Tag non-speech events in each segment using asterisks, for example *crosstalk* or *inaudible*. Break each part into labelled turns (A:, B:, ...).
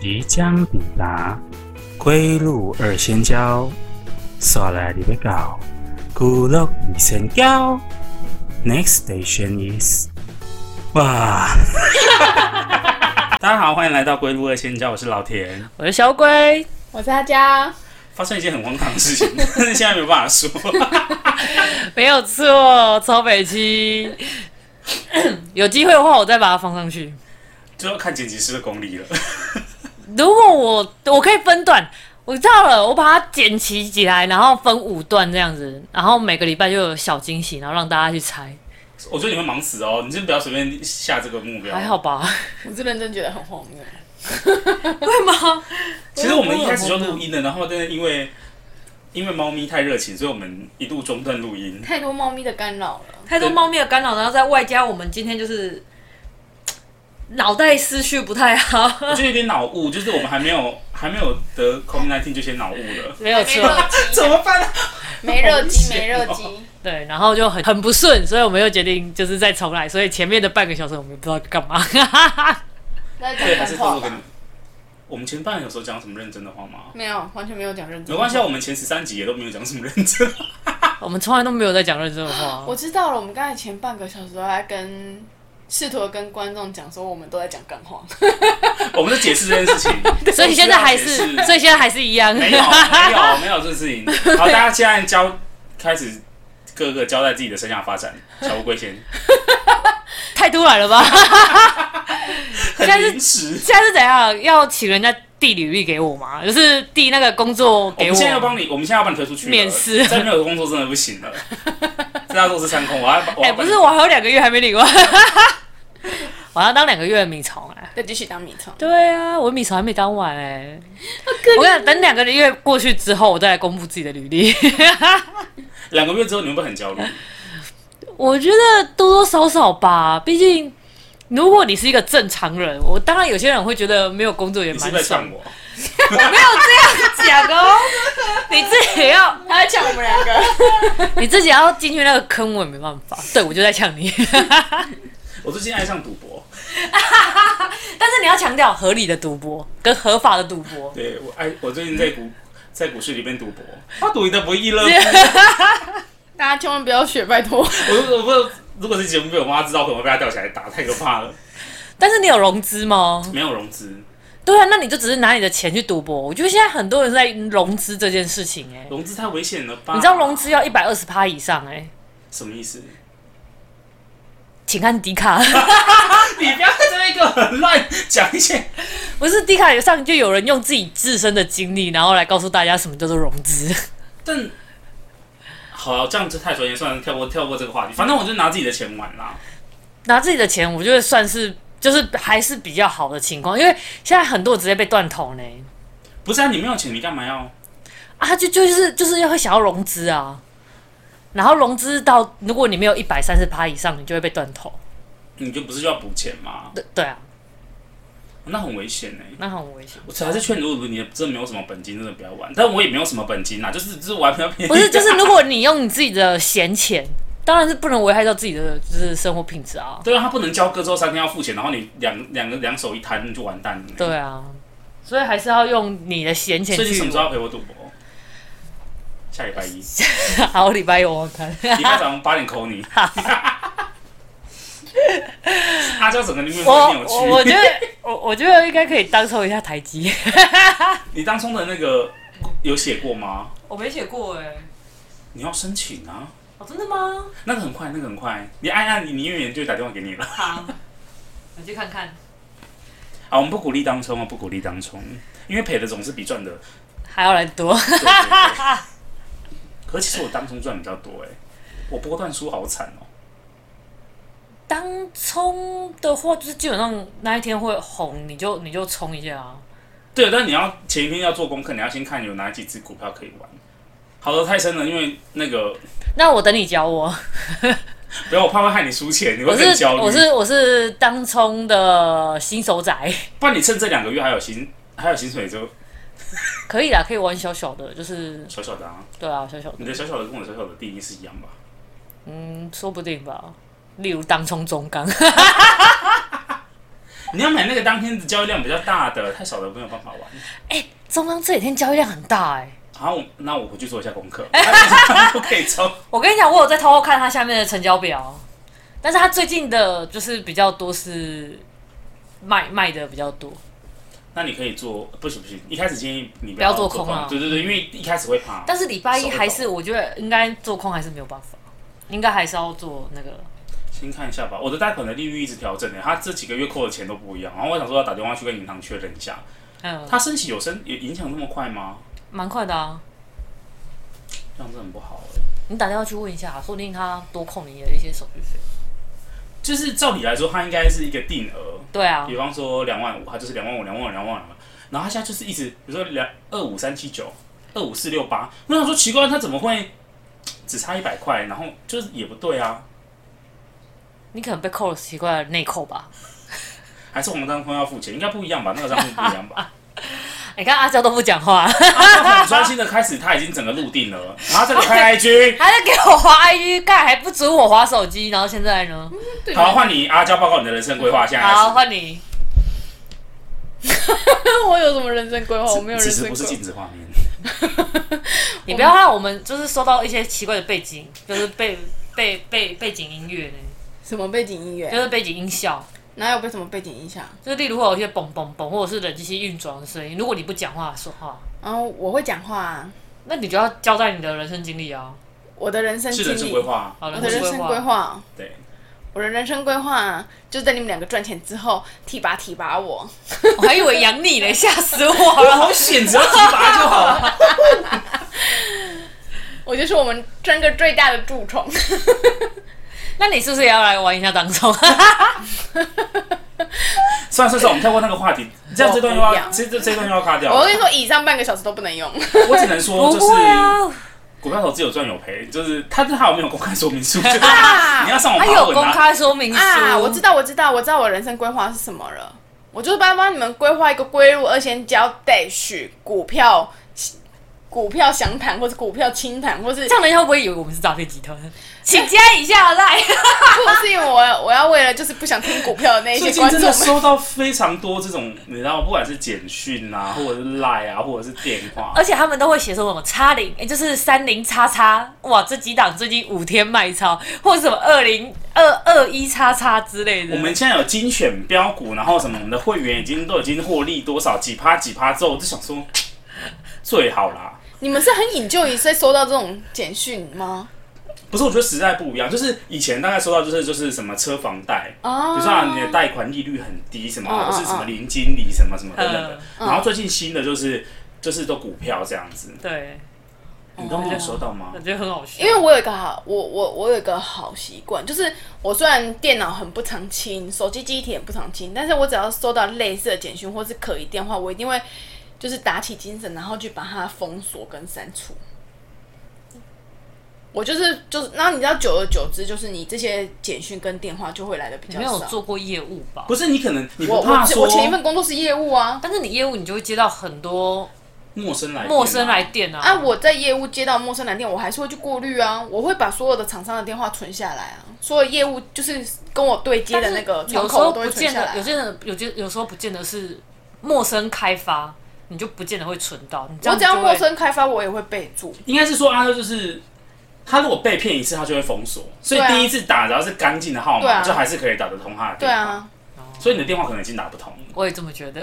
A: 即将抵达归路二仙交，刷来你要到古乐二仙交。Next station is，哇！ *laughs* 大家好，欢迎来到归路二仙交，我是老田。
B: 我是小鬼，
C: 我是他家，
A: 发生一件很荒唐的事情， *laughs* 但是现在没有办法说。 *laughs*
B: 没有错，超北七。有机会的话，我再把它放上去。
A: 就要看剪辑师的功力了。
B: 如果我我可以分段，我知道了，我把它剪辑起来，然后分五段这样子，然后每个礼拜就有小惊喜，然后让大家去猜，
A: 我觉得你会忙死哦，你先不要随便下这个目标。
B: 还好，吧？
C: 我是认真觉得很荒谬。
B: 会吗？
A: 其实我们一开始就录音了，然后但是因为因为猫咪太热情，所以我们一度中断录音。
C: 太多猫咪的干扰了，
B: 太多猫咪的干扰，然后再外加我们今天就是脑袋思绪不太好，
A: 我就有点脑雾，就是我们还没有还没有得 COVID 1 9就先脑雾
B: *laughs*
A: 了，
B: 没有
C: 没
B: 错。
C: 热机，
A: 怎么办呢、
C: 没热机，没热机。
B: 对，然后就很很不顺，所以我们又决定就是再重来，所以前面的半个小时我们也不知道干嘛。
C: 那
A: 对，还
C: 讲
A: 是
C: 干
A: 偷
C: 话
A: 偷跟你
C: 吧。。
A: 我们前半有时候讲什么认真的话吗？
C: 没有，完全没有讲认真。
A: 没关系，啊，，我们前十三集也都没有讲什么认真。
B: 我们从来都没有在讲认真的话。哦
C: 我知道了。我们刚才前半个小时都在跟试图跟观众讲说，我们都在讲干话。
A: *laughs* 我们在解释这件事
B: *laughs*
A: 情，
B: 所以现在还
A: 我需要
B: 是
A: 解，释
B: 所以现在还是一样。
A: 没有没有没有这事情。好，大家现在交开始各个交代自己的生涯发展。小乌龟先，
B: *laughs* 太突然了吧？
A: 很
B: 在是
A: 临时。
B: 现在是怎样？要请人家递履历给我吗？就是递那个工作
A: 哦我
B: 给
A: 们
B: 我
A: 现在要帮你，我们现在要把你推出去了，
B: 面试
A: 再没有工作真的不行了，
B: *laughs*
A: 这家都是三空。我要把，我
B: 哎、
A: 要把
B: 不
A: 你
B: 是，我还有两个月还没领完， *laughs* 我要当两个月的米虫哎、
C: 再继续当米虫。
B: 对啊，我米虫还没当完哎、我跟你讲，等两个月过去之后，我再来公布自己的履历。 *laughs*
A: 两个月之后你会不会很焦虑？
B: 我觉得多多少少吧，毕竟如果你是一个正常人，我当然有些人会觉得没有工作也
A: 你是
B: 蛮
A: 不是在
B: 爽
A: 呛。我？
B: 假的哦， *laughs* 你自己要
C: 他在讲我们两个，
B: 你自己要进去那个坑，我也没办法。对，我就在呛你，
A: 我最近爱上赌博，
B: *laughs* 但是你要强调合理的赌博跟合法的赌博。
A: 对我爱，我最近
B: 嗯
A: 在股在股市里面赌博，他赌的不亦乐乎。
C: *laughs*
B: *laughs*
C: 大家千万不要学，拜托。
A: 我我不，如果这节目被我妈知道，可能会被她吊起来打，太可怕了。 *laughs*
B: 但是你有融资吗？
A: 没有融资，
B: 对啊，那你就只是拿你的钱去赌博。我觉得现在很多人在融资这件事情、哎，
A: 融资太危险了吧？
B: 你知道融资要一百二十趴以上、哎，
A: 什么意思？
B: 请看迪 *laughs* 卡，
A: 你不要在这边给我很乱讲一些。
B: 不是迪卡上就有人用自己自身的经历，然后来告诉大家什么叫做融资。
A: 但好、啊，这样子太专业，算了，跳过跳过这个话题。反正我就拿自己的钱玩啦。
B: 拿自己的钱，我觉得算是就是还是比较好的情况，因为现在很多直接被断头呢。
A: 不是啊，你没有钱，你干嘛要？
B: 啊，就就是就是要会想要融资啊，然后融资到如果你没有一百三十趴以上，你就会被断头。
A: 你就不是就要补钱吗？
B: 对对啊，
A: 那很危险欸呢、
B: 那很危险。
A: 我还是劝，如果你真的没有什么本金，真的不要玩。但我也没有什么本金啦，啊 *laughs* 就是就是玩比较便宜。
B: 不是，就是如果你用你自己的闲钱，当然是不能危害到自己的就是生活品质
A: *laughs*
B: 啊。
A: 对啊，他不能交割之后三天要付钱，然后你两两个两手一摊，你就完蛋了。，
B: 对啊，所以还是要用你的闲钱
A: 所以你什么
B: 去
A: 时。候要陪我赌博？下礼拜
B: *laughs*
A: 一，礼
B: 好，礼拜一我 *laughs* 看。
A: 拜早上八点扣
B: *laughs*
A: 你。阿娇整个面
B: 我
A: 会扭
B: 我我觉
A: 曲。
B: 得我我觉得应该可以当抽一下台积。
A: 你当冲的那个有写过吗？
B: 我没写过哎、
A: 你要申请啊，
B: 哦，真的吗？
A: 那个很快，那个很快，你按按你女员就会打电话给你了。
B: 好，我去看看。
A: 啊，我们不鼓励当冲啊，不鼓励当冲，因为赔的总是比赚的。
B: 还要来多，
A: 对对对 *laughs* 可是其实我当冲赚比较多哎、我波段输好惨哦、
B: 当冲的话，就是基本上那一天会红，你就你就冲一下啊。
A: 对，但你要前一天要做功课，你要先看有哪几只股票可以玩。好的太深了，因为那个
B: 那我等你教我，
A: 不要我怕会害你输钱，你
B: 我
A: 会更
B: 是
A: 焦虑。
B: 我是我是当冲的新手仔， *laughs*
A: 不然你趁这两个月还有薪还有薪水就
B: 可以啦，可以玩小小的，就是
A: 小小的啊，
B: 对啊，小小
A: 你
B: 的，
A: 的小小的跟我的小小的定义是一样吧？
B: 嗯，说不定吧。例如当冲中钢，
A: 你要买那个当天的交易量比较大的，太少的没有办法玩。
B: *laughs* 中央这几天交易量很大哎、
A: 好，那我回去做一下功
B: *laughs*
A: 课，他不可以抽。
B: 我跟你讲，我有在偷偷看它下面的成交表，但是它最近的就是比较多是卖卖的比较多，
A: 那你可以做，不行不行，一开始建议你不
B: 不要做
A: 空
B: 空啊
A: 对对对，因为一开始会怕。啊
B: 但是礼拜一还是我觉得应该做空还是没有办法，应该还是要做那个。
A: 先看一下吧，我的贷款的利率一直调整的，他这几个月扣的钱都不一样。然后我想说要打电话去跟银行确认一下，
B: 嗯，
A: 它升息有升有影响那么快吗？
B: 蛮快的啊，
A: 这样子很不好哎、
B: 你打电话去问一下，说不定他多扣你的一些手续费。
A: 就是照理来说，它应该是一个定额，
B: 对啊
A: 比，方说两万五，它就是两万五、两万五、两万五，然后它现在就是一直，比如说两二五三七九、二五四六八，我想说奇怪，它怎么会只差一百块？然后就是也不对啊，
B: 你可能被扣了奇怪的内扣吧？
A: 还是黄章通要付钱，应该不一样吧？那个账户不一样吧？ *laughs* 啊
B: 你看哎阿娇都不讲话， *laughs*
A: 他很专心的开始，他已经整个入定了，然后这里开 IG，
B: 还在给我滑 IG 盖，还不准我滑手机，然后现在呢？
C: 对
A: *laughs* 好，换你阿娇报告你的人生规划，现在开始
B: 好，换你。
C: 我有什么人生规划？我没有
A: 此
C: 人
A: 时
C: 生
A: 不是
C: 规
A: 静
C: 划。
A: 止画面，
B: 你不要让我们就是收到一些奇怪的背景，就是背背背背景音乐呢，
C: 什么背景音
B: 就
C: 乐？
B: 是背景音效，
C: 哪有被什么背景影响？
B: 就是例如会有一些嘣嘣嘣，或者是冷气机运转的声音。如果你不讲话说话，
C: 然后我会讲话、啊，
B: 那你就要交代你的人生经历啊。
C: 我的人生
A: 是
C: 经
A: 人生
C: 历，
A: 规划，
B: 好，
C: 我
B: 人
C: 的
B: 生
C: 人
B: 规
C: 生
B: 划
C: 规划，
A: 对，
C: *laughs* 我的人生规划啊就是在你们两个赚钱之后提拔提拔我。
B: *laughs* 我还以为养 *laughs* 你呢，吓死我
A: 我
B: 了。
A: 好险，只要提拔就好了。
C: *laughs* 我就是我们三个最大的蛀虫。
B: 那你是不是也要来玩一下当中？
A: 算了算了，算了我们跳过那个话题，这样这段又
C: 我不
A: 要
C: 要
A: 这这这段又要卡掉。
C: 我跟你说，以上半个小时都不
A: *laughs*
C: 能用。
A: *laughs* 我只能说，
B: 不
A: 就是
B: 会啊，
A: 股票投资有赚有赔，就是他他有没有公开说明
C: *laughs*
A: 书？就是
C: 啊
A: 你要上网
B: 他
A: 爬
B: 有
A: 文
B: 公
A: 啊。
B: 开说明书
C: 啊，我知道，我知道，我知道我人生规划是什么了。我就是帮帮你们规划一个归入二仙交 dash 股票。股票详谈，或是股票清谈，
A: *laughs*
C: 或是
B: 这样人家会不会以为我们是诈骗集团？ *laughs* 请加一下赖。
C: 或是因为我我要为了就是不想听股票的那一
A: 最
C: 些
A: 近
C: 观众
A: 真的
C: 们，
A: 收到非常多这种，你知道，不管是简讯啊，或者是赖啊，或者是电话
B: *laughs* 而，且他们都会写说什么叉零，也就是三零叉叉，哇，这几档最近五天卖超，或者什么二零二二一叉叉之类的。
A: 我们现在有精选标股，然后什么，我们的会员已经都已经获利多少几趴几趴之后，我就想说，最好啦。
C: 你们是很引咎于所以收到这种简讯吗？
A: 不是，我觉得时代不一样，就是以前大概收到就是就是什么车房贷，
C: 啊
A: 比如说啊，你的贷款利率很低，什么
C: 嗯嗯
A: 或是什么零经理什么什么等等的。
C: 嗯
A: 然后最近新的就是就是都股票这样子，
B: 对，
A: 你都没有收到吗
C: 嗯
B: 我？觉得很好笑，
C: 因为我有一个好，我我我有一个好习惯，就是我虽然电脑很不常清，手机记忆体也不常清，但是我只要收到类似的简讯或是可疑电话，我一定会就是打起精神，然后去把它封锁跟删除。我就是就是，然后你知道，久而久之，就是你这些简讯跟电话就会来的比
B: 你
C: 较
B: 没有
C: 少。
B: 做过业务吧？
A: 不是，你可能你
C: 我
A: 不怕
C: 我
A: 说
C: 我前一份工作是业务啊，
B: 但是你业务你就会接到很多
A: 陌生来电啊
B: 陌生来，电啊，
C: 啊，我在业务接到陌生来电，我还是会去过滤啊，我会把所有的厂商的电话存下来啊，所有业务就是跟我对接
B: 但
C: 的
B: 是
C: 那个窗
B: 有时候
C: 口我都
B: 不
C: 会存
B: 见
C: 下来
B: 得，有
C: 啊。
B: 些人有些有时候不见得是陌生开发，你就不见得会存到。你这
C: 我
B: 样
C: 只要
B: 就会
C: 陌生开发，我也会备注。
A: 应该是说阿乐就是。他如果被骗一次，他就会封锁，所以
C: 对啊
A: 第一次打只要是干净的号
C: 对
A: 码，
C: 啊
A: 就还是可以打得通他的
C: 对
A: 电话。
C: 啊，
A: 所以你的电话可能已经打不通，
B: 我也这么觉得。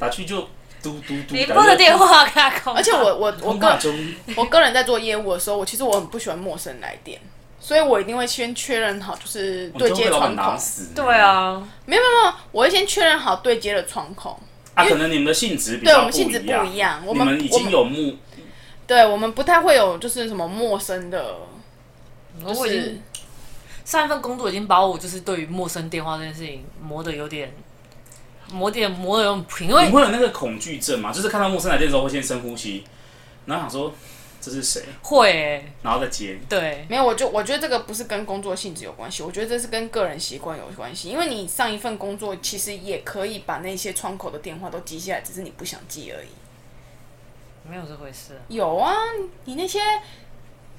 A: 打去就嘟嘟嘟。
B: 你拨的电话给他空，
C: 而且我我 *laughs* 我
A: 通
C: 个
A: 话中，
C: 我个人在做业务的时候，我其实我很不喜欢陌生来电，所以我一定会先确认好就是
A: 我就
C: 对
A: 会
C: 接
A: 被老
C: 窗
A: 板打
C: 口。
A: 死。
B: 对，啊，
C: 没有没有没有，我会先确认好对接的窗口。
A: 啊，
C: 因为
A: 可能你们的性质比
C: 对我
A: 较
C: 们性质不一样，我
A: 你们已
C: 我
A: 经
C: 们
A: 有目
C: 对我们不太会有就是什么陌生的，就
B: 我已经
C: 是
B: 上一份工作已经把我就是对于陌生电话这件事情磨得有点，磨点磨得有点平，因
A: 你
B: 为
A: 会有那个恐惧症吗？就是看到陌生来电的时候会先深呼吸，然后想说这是谁，
B: 会、欸、
A: 然后再接。
B: 对，
C: 没有，我就我觉得这个不是跟工作性质有关系，我觉得这是跟个人习惯有关系。因为你上一份工作其实也可以把那些窗口的电话都记下来，只是你不想记而已。啊
B: 没有这回事。
C: 有啊，你那些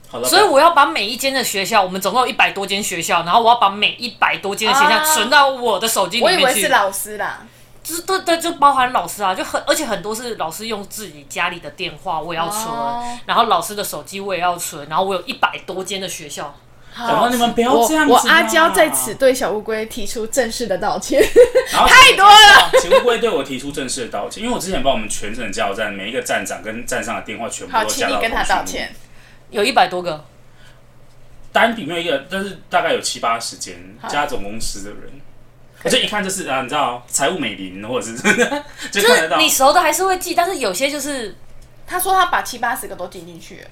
A: 好了，
B: 所以我要把每一间的学校，我们总共有一百多间学校，然后我要把每一百多间的学校
C: 啊
B: 存到我的手机里
C: 我
B: 面去。
C: 以为是老师啦，
B: 就是对对，就包含老师啊，就很而且很多是老师用自己家里的电话，我也要存，
C: 哦
B: 然后老师的手机我也要存，然后我有一百多间的学校，
A: 然后你们不要
C: 我
A: 这样子
C: 我
A: 嘛
C: 阿娇在此，对小乌龟提出正式的道歉。
A: 太
C: 多了。
A: 请乌龟对我提出正式的道歉，因为我之前帮我们全省加油站每一个站长跟站上的电话全部
C: *laughs* 好，
A: 都
C: 请
A: 加到
C: 你跟他
A: 通讯录
C: 道歉。。
B: 有一百多个。
A: 单笔没有一个，但是大概有七八十间
C: 好
A: 加总公司的人，而且一看就是啊，你知道财务美林或者是 *laughs* 就看得到。
B: 你熟的还是会记，但是有些就是
C: 他说他把七八十个都进进去了，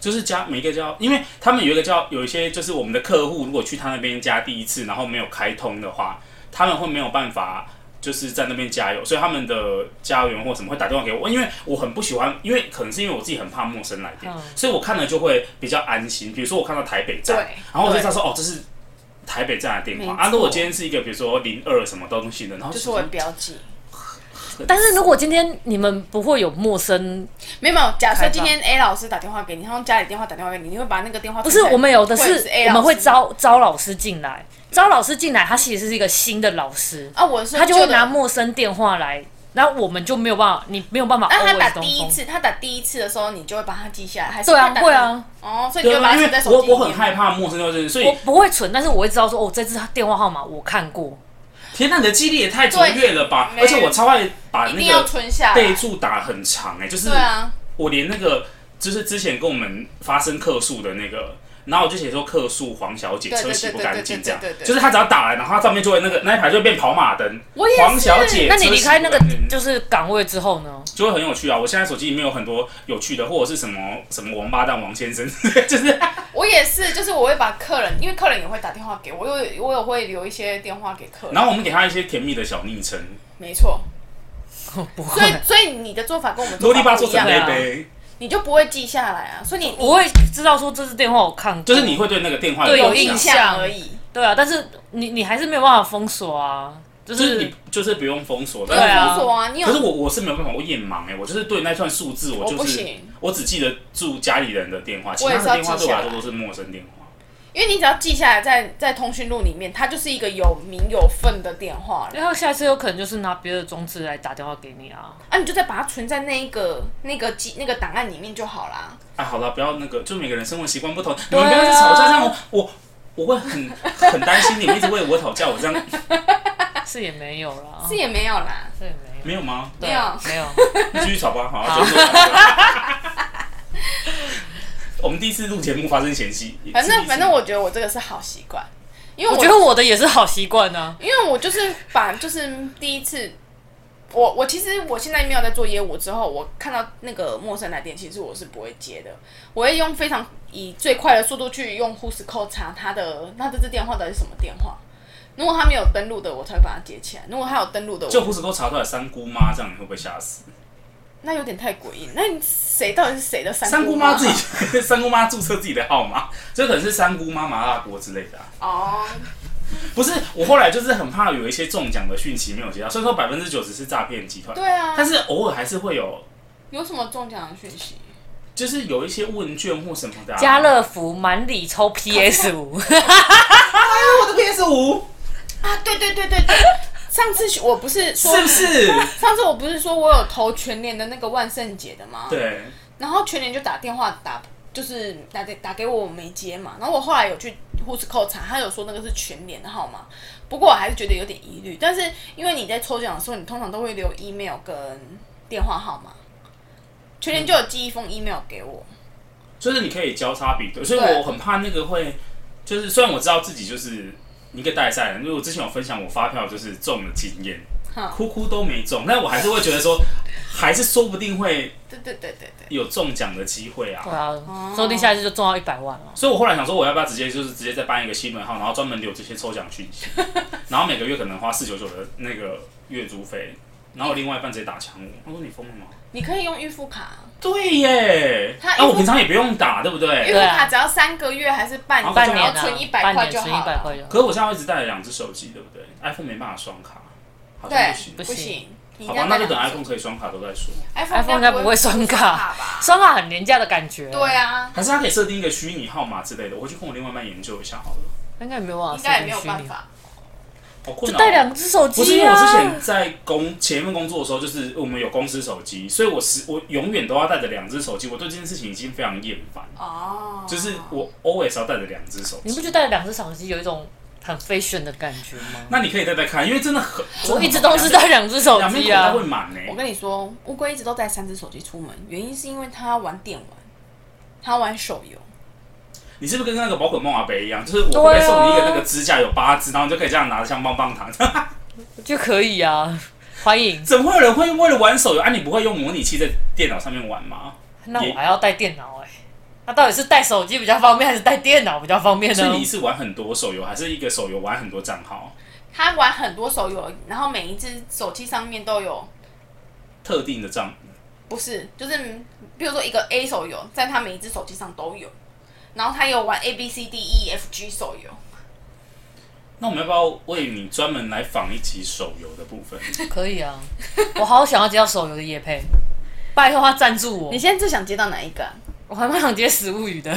A: 就是加每一个叫，因为他们有一个叫有一些就是我们的客户，如果去他那边加第一次，然后没有开通的话，他们会没有办法。就是在那边加油，所以他们的加油员或什么会打电话给我，因为我很不喜欢，因为可能是因为我自己很怕陌生来电，
B: 嗯
A: 所以我看了就会比较安心。比如说我看到台北站
C: 对，
A: 然后我就知道说哦，这是台北站的电话
C: 没
A: 啊。如果
C: 错
A: 今天是一个比如说零二什么东西的，然后
C: 就是
A: 想
C: 我
A: 说
C: 也标记。
B: 但是如果今天你们不会有陌生，
C: 没有没有，假设今天 A 老师打电话给你，他用家里电话打电话给你，你会把那个电话
B: 不是我们有的
C: 会
B: 是
C: 是 A 老师
B: 我们会招招老师进来，招老师进来，他其实是一个新的老师，
C: 啊，我是
B: 他就会
C: 旧的
B: 拿陌生电话来，然后我们就没有办法，你没有办法
C: 那哎他
B: always
C: 打
B: 东
C: 第一
B: 风。
C: 次，他打第一次的时候，你就会把它记下来，还是
B: 对啊
C: 他打
B: 会啊
C: 第一？哦，所以你
A: 对
C: 就会把
A: 啊，
C: 它
A: 因为
C: 存在手
A: 我
C: 机
A: 我
C: 里
A: 很
C: 面
A: 害怕陌生陌生，所以
B: 我不会存，但是我会知道说，哦，这支电话号码我看过。
A: 天呐，你的记忆力也太卓越了吧！
C: 对
A: 而且我超爱把
C: 一
A: 那
C: 定要
A: 个
C: 存下
A: 备
C: 来。
A: 注打很长哎、就是
C: 啊对啊，
A: 我连那个就是之前跟我们发生客诉的那个。然后我就写说客诉黄小姐
C: 对对
A: 车洗不干净，这样
C: 对对对对对对
A: 就是她只要打来，然后她上面就会那个那一排就会变跑马灯。
C: 我也是
A: 黄小姐，
B: 那你离开那个
A: 车洗不干净
B: 就是岗位之后呢？ *laughs*
A: 就会很有趣啊！我现在手机里面有很多有趣的，或者是什么什么王八蛋王先生， *laughs* 就是
C: 我也是，就是我会把客人，因为客人也会打电话给我，我有我也会留一些电话给客人。
A: 然后我们给他一些甜蜜的小昵称，
C: 没错，
B: 我不 *laughs*
C: 所以
B: 会，
C: 所以你的做法跟我
A: 啰
C: 们做
A: 里
C: 法
A: 吧
C: 不
A: 嗦
C: 一
A: 成
C: 样
B: 类
A: 杯
B: 的
C: 啊，
A: 杯，
C: 你就不会记下来啊。所以你
B: 我会知道说这支电话我看过。
A: 就是你会对那个电话
B: 对
C: 有
B: 有
C: 印
B: 印象
C: 象而已。
B: 对啊，但是你你还是没有办法封锁啊，就
A: 就是
B: 是
A: 你就是不用封锁，
C: 你
A: 但
C: 有
A: 是
B: 对啊
C: 封锁啊，你有
A: 可是我我是没有办法，我眼盲哎、我就是对那串数字，我
C: 我
A: 就
C: 不
A: 是
C: 行，
A: 我只记得住家里人的电话，其
C: 我也
A: 他
C: 是
A: 的
C: 要
A: 电话
C: 记
A: 对我
C: 下
A: 来说
C: 来
A: 都是陌生电话。
C: 因为你只要记下来在，在通讯录里面，它就是一个有名有分的电话了。
B: 然后下一次有可能就是拿别的装置来打电话给你
C: *laughs*
B: 啊。
C: 啊，你就再把它存在那一个那个记那个档案里面就好啦。
A: 哎，好了，不要那个，就每个人生活习惯不同，你
B: 对啊
A: 们不要一直吵架，这样我我我会很很担心你们一直为我吵架，我这样
B: 是也没有啦，
C: 是也没有啦，
A: 哦
B: 是也没有，
A: 没有吗？
B: 对啊
C: 没有
B: 没有。
A: 你继续吵吧，好，就是我 *laughs* 我们第一次录节目发生嫌隙，
C: 反正反正
A: 我
C: 我觉得我这个是好习惯，因为
B: 我
C: *laughs* 我
B: 觉得我的也是好习惯
C: *laughs*
B: 啊。
C: 因为我就是把就是第一次，我我其实我现在没有在做业务之后，我看到那个陌生来电，其实我是不会接的，我会用非常以最快的速度去用 Who's Call 查他的他这支电话到底是什么电话。如果他没有登录的，我才会把它接起来；如果他有登录的，
A: 就
C: 我
A: 胡子沟查出来三姑妈，这样你会不会吓死？
C: 那有点太诡异。那你谁到底是谁的
A: 三
C: 三
A: 姑
C: 妈
A: 妈自己， *laughs* 三姑妈注册自己的号码，这可能是三姑妈麻辣锅之类的、啊。
C: 哦，
A: 不是，我后来就是很怕有一些中奖的讯息没有接到，虽然说百分之九十是诈骗集团，
C: 对啊，
A: 但是偶尔还是会有，
C: 有什么中奖的讯息？
A: 就是有一些问卷或什么的、啊。
B: 家乐福满礼抽 PS
C: *laughs*
B: 五，
A: 啊我的 PS 五
C: 啊，对对对对对，上次我不是说
A: 是不是？
C: *laughs* 上次我不是说我有投全年的那个万圣节的吗？。
A: 对，
C: 然后全年就打电话打，就是打给打给我，我没接嘛。然后我后来有去护士扣查，他有说那个是全年的号码，不过我还是觉得有点疑虑。但是因为你在抽奖的时候，你通常都会留 email 跟电话号码，全年就有寄一封 email 给我。
A: 就是你可以交叉比对，所以
C: 对
A: 我很怕那个会，就是虽然我知道自己就是一个代赛人，因为我之前有分享我发票就是中的经验
C: 哼，
A: 哭哭都没中，但我还是会觉得说，还是说不定会
C: 对对对对对，
A: 有中奖的机会啊
B: 对。
C: 哦
B: 啊，说不定下一次就中到一百万了。
A: 所以我后来想说，我要不要直接就是直接再办一个新门号，然后专门留这些抽奖讯息，然后每个月可能花四九九的那个月租费，然后另外一半直接打枪我。他说你疯了吗？
C: 你可以用预付卡，啊
A: 对耶，啊
C: 他
A: 那、我平常也不用打，对不
C: 预
A: 对？
C: 付
B: 对啊
C: 卡只要三个月还是半年，
A: 半
B: 半年
C: 只
B: 啊，
C: 要存一百
B: 半
C: 块
B: 年
C: 就
B: 存
C: 好
B: 一百
C: 了
B: 块。就好。
A: 可是我现在会一直带了两只手机，对不对？iPhone 没办法双卡，好像
C: 对
A: 不行，。
B: 不
C: 不行。你
A: 好
C: 应
A: 吧
C: 该，
A: 那
C: 带
A: 就等
C: 两只
A: iPhone 可以双卡都再说。
C: iPhone
B: 应该不会双卡
C: 吧？
B: 双卡很廉价的感觉。
C: 对，啊，
A: 还是它可以设定一个虚拟号码之类的，我回去跟我另外一半研究一下好了。
B: 应该也没有啊办法，
C: 应该也没有办，法。
A: 好困扰
B: 就
A: 哦。
B: 带两只手机啊。
A: 不是因为我之前在工前一份工作的时候，就是我们有公司手机，所以我时我永远都要带着两只手机。我对这件事情已经非常厌烦，
C: 哦，
A: 就是我 always 要带着两只手
B: 你不
A: 机。
B: 觉得带两只手机有一种很 fashion 的感觉吗？
A: 那你可以带带看，因为真的很，
B: 我一直都是带两只手
A: 两边
B: 机
A: 口袋
B: 啊
A: 会，满呢、
C: 我跟你说，乌龟一直都带三只手机出门，原因是因为它玩电玩，它玩手游。
A: 你是不是跟那个宝可梦阿北一样，就是我会送你一个那个支架有八只，然后你就可以这样拿 *laughs* 着像棒棒糖。
B: 就可以啊。欢迎，
A: 怎么会有人会为了玩手游啊？你不会用模拟器在电脑上面玩吗？
B: 那我还要带电脑哎、那到底是带手机比较方便，还是带电脑比较方便
A: 所以
B: 呢
A: 你？是玩很多手游，还是一个手游玩很多账号？
C: 它玩很多手游，然后每一只手机上面都有，
A: 特定的账
C: 不是，就是比如说一个 A 手游，在它每一只手机上都有，然后它有玩 A B C D E F G 手游。
A: 那我们要不要为你专门来仿一集手游的部分？ *laughs*
B: 可以啊，我好想要接到手游的叶配，拜托他赞助我
C: 你。现在最想接到哪一个、啊？
B: 我还蛮想接食物
A: *laughs*
B: 语的，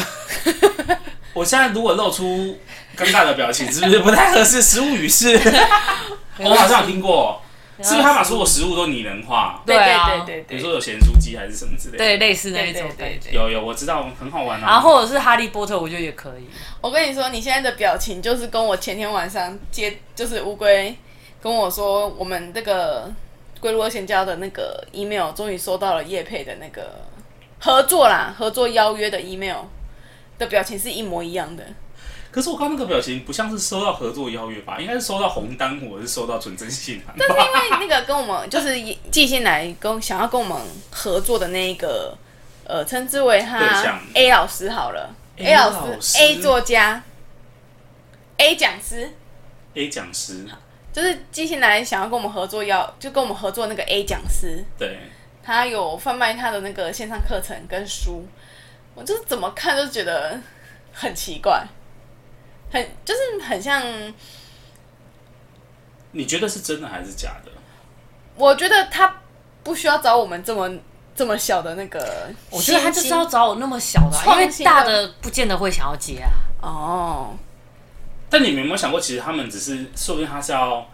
A: 我现在如果露出尴尬的表情，是不是不太合适？食物语是，我好像有听过，是不是他把所有食物都拟人化？
B: 对啊
C: 对
A: 比
C: 对
A: 如
C: 对
A: 说有咸酥鸡还是什么之类的。
B: 对，，类似那
C: 对
B: 一种
C: 对
B: 感
C: 对
B: 觉。
C: 对。
A: 有有，我知道，很好玩啊。
B: 然后或者是哈利波特，我觉得也可以。
C: 我跟你说，你现在的表情就是跟我前天晚上接，就是乌龟跟我说，我们这个龟鹿二仙交的那个 email 终于收到了叶配的那个合作啦，合作邀约的 email 的表情是一模一样的。
A: 可是我刚刚那个表情不像是收到合作邀约吧，应该是收到红单，或者是收到纯真信函
C: 但是
A: 吧？
C: 因为那个跟我们就是寄信来跟想要跟我们合作的那一个，呃，称之为
A: 对
C: 他
A: 象
C: A 老师好了
A: A
C: 老师
A: 老师
C: A 作家 A 讲师。
A: A 讲师，
C: 就是寄信来想要跟我们合作要，就跟我们合作那个 A 讲师，
A: 对，
C: 他有贩卖他的那个线上课程跟书，我就是怎么看都觉得很奇怪，很就是很像，
A: 你觉得是真的还是假的？
C: 我觉得他不需要找我们这么这么小的那个新
B: 我
C: 星，
B: 觉得他就是要找我那么小的啊、因
C: 创
B: 为
C: 新的
B: 大的不见得会想要接啊。
C: 哦，
A: 但你们有没有想过，其实他们只是，说不定他是要，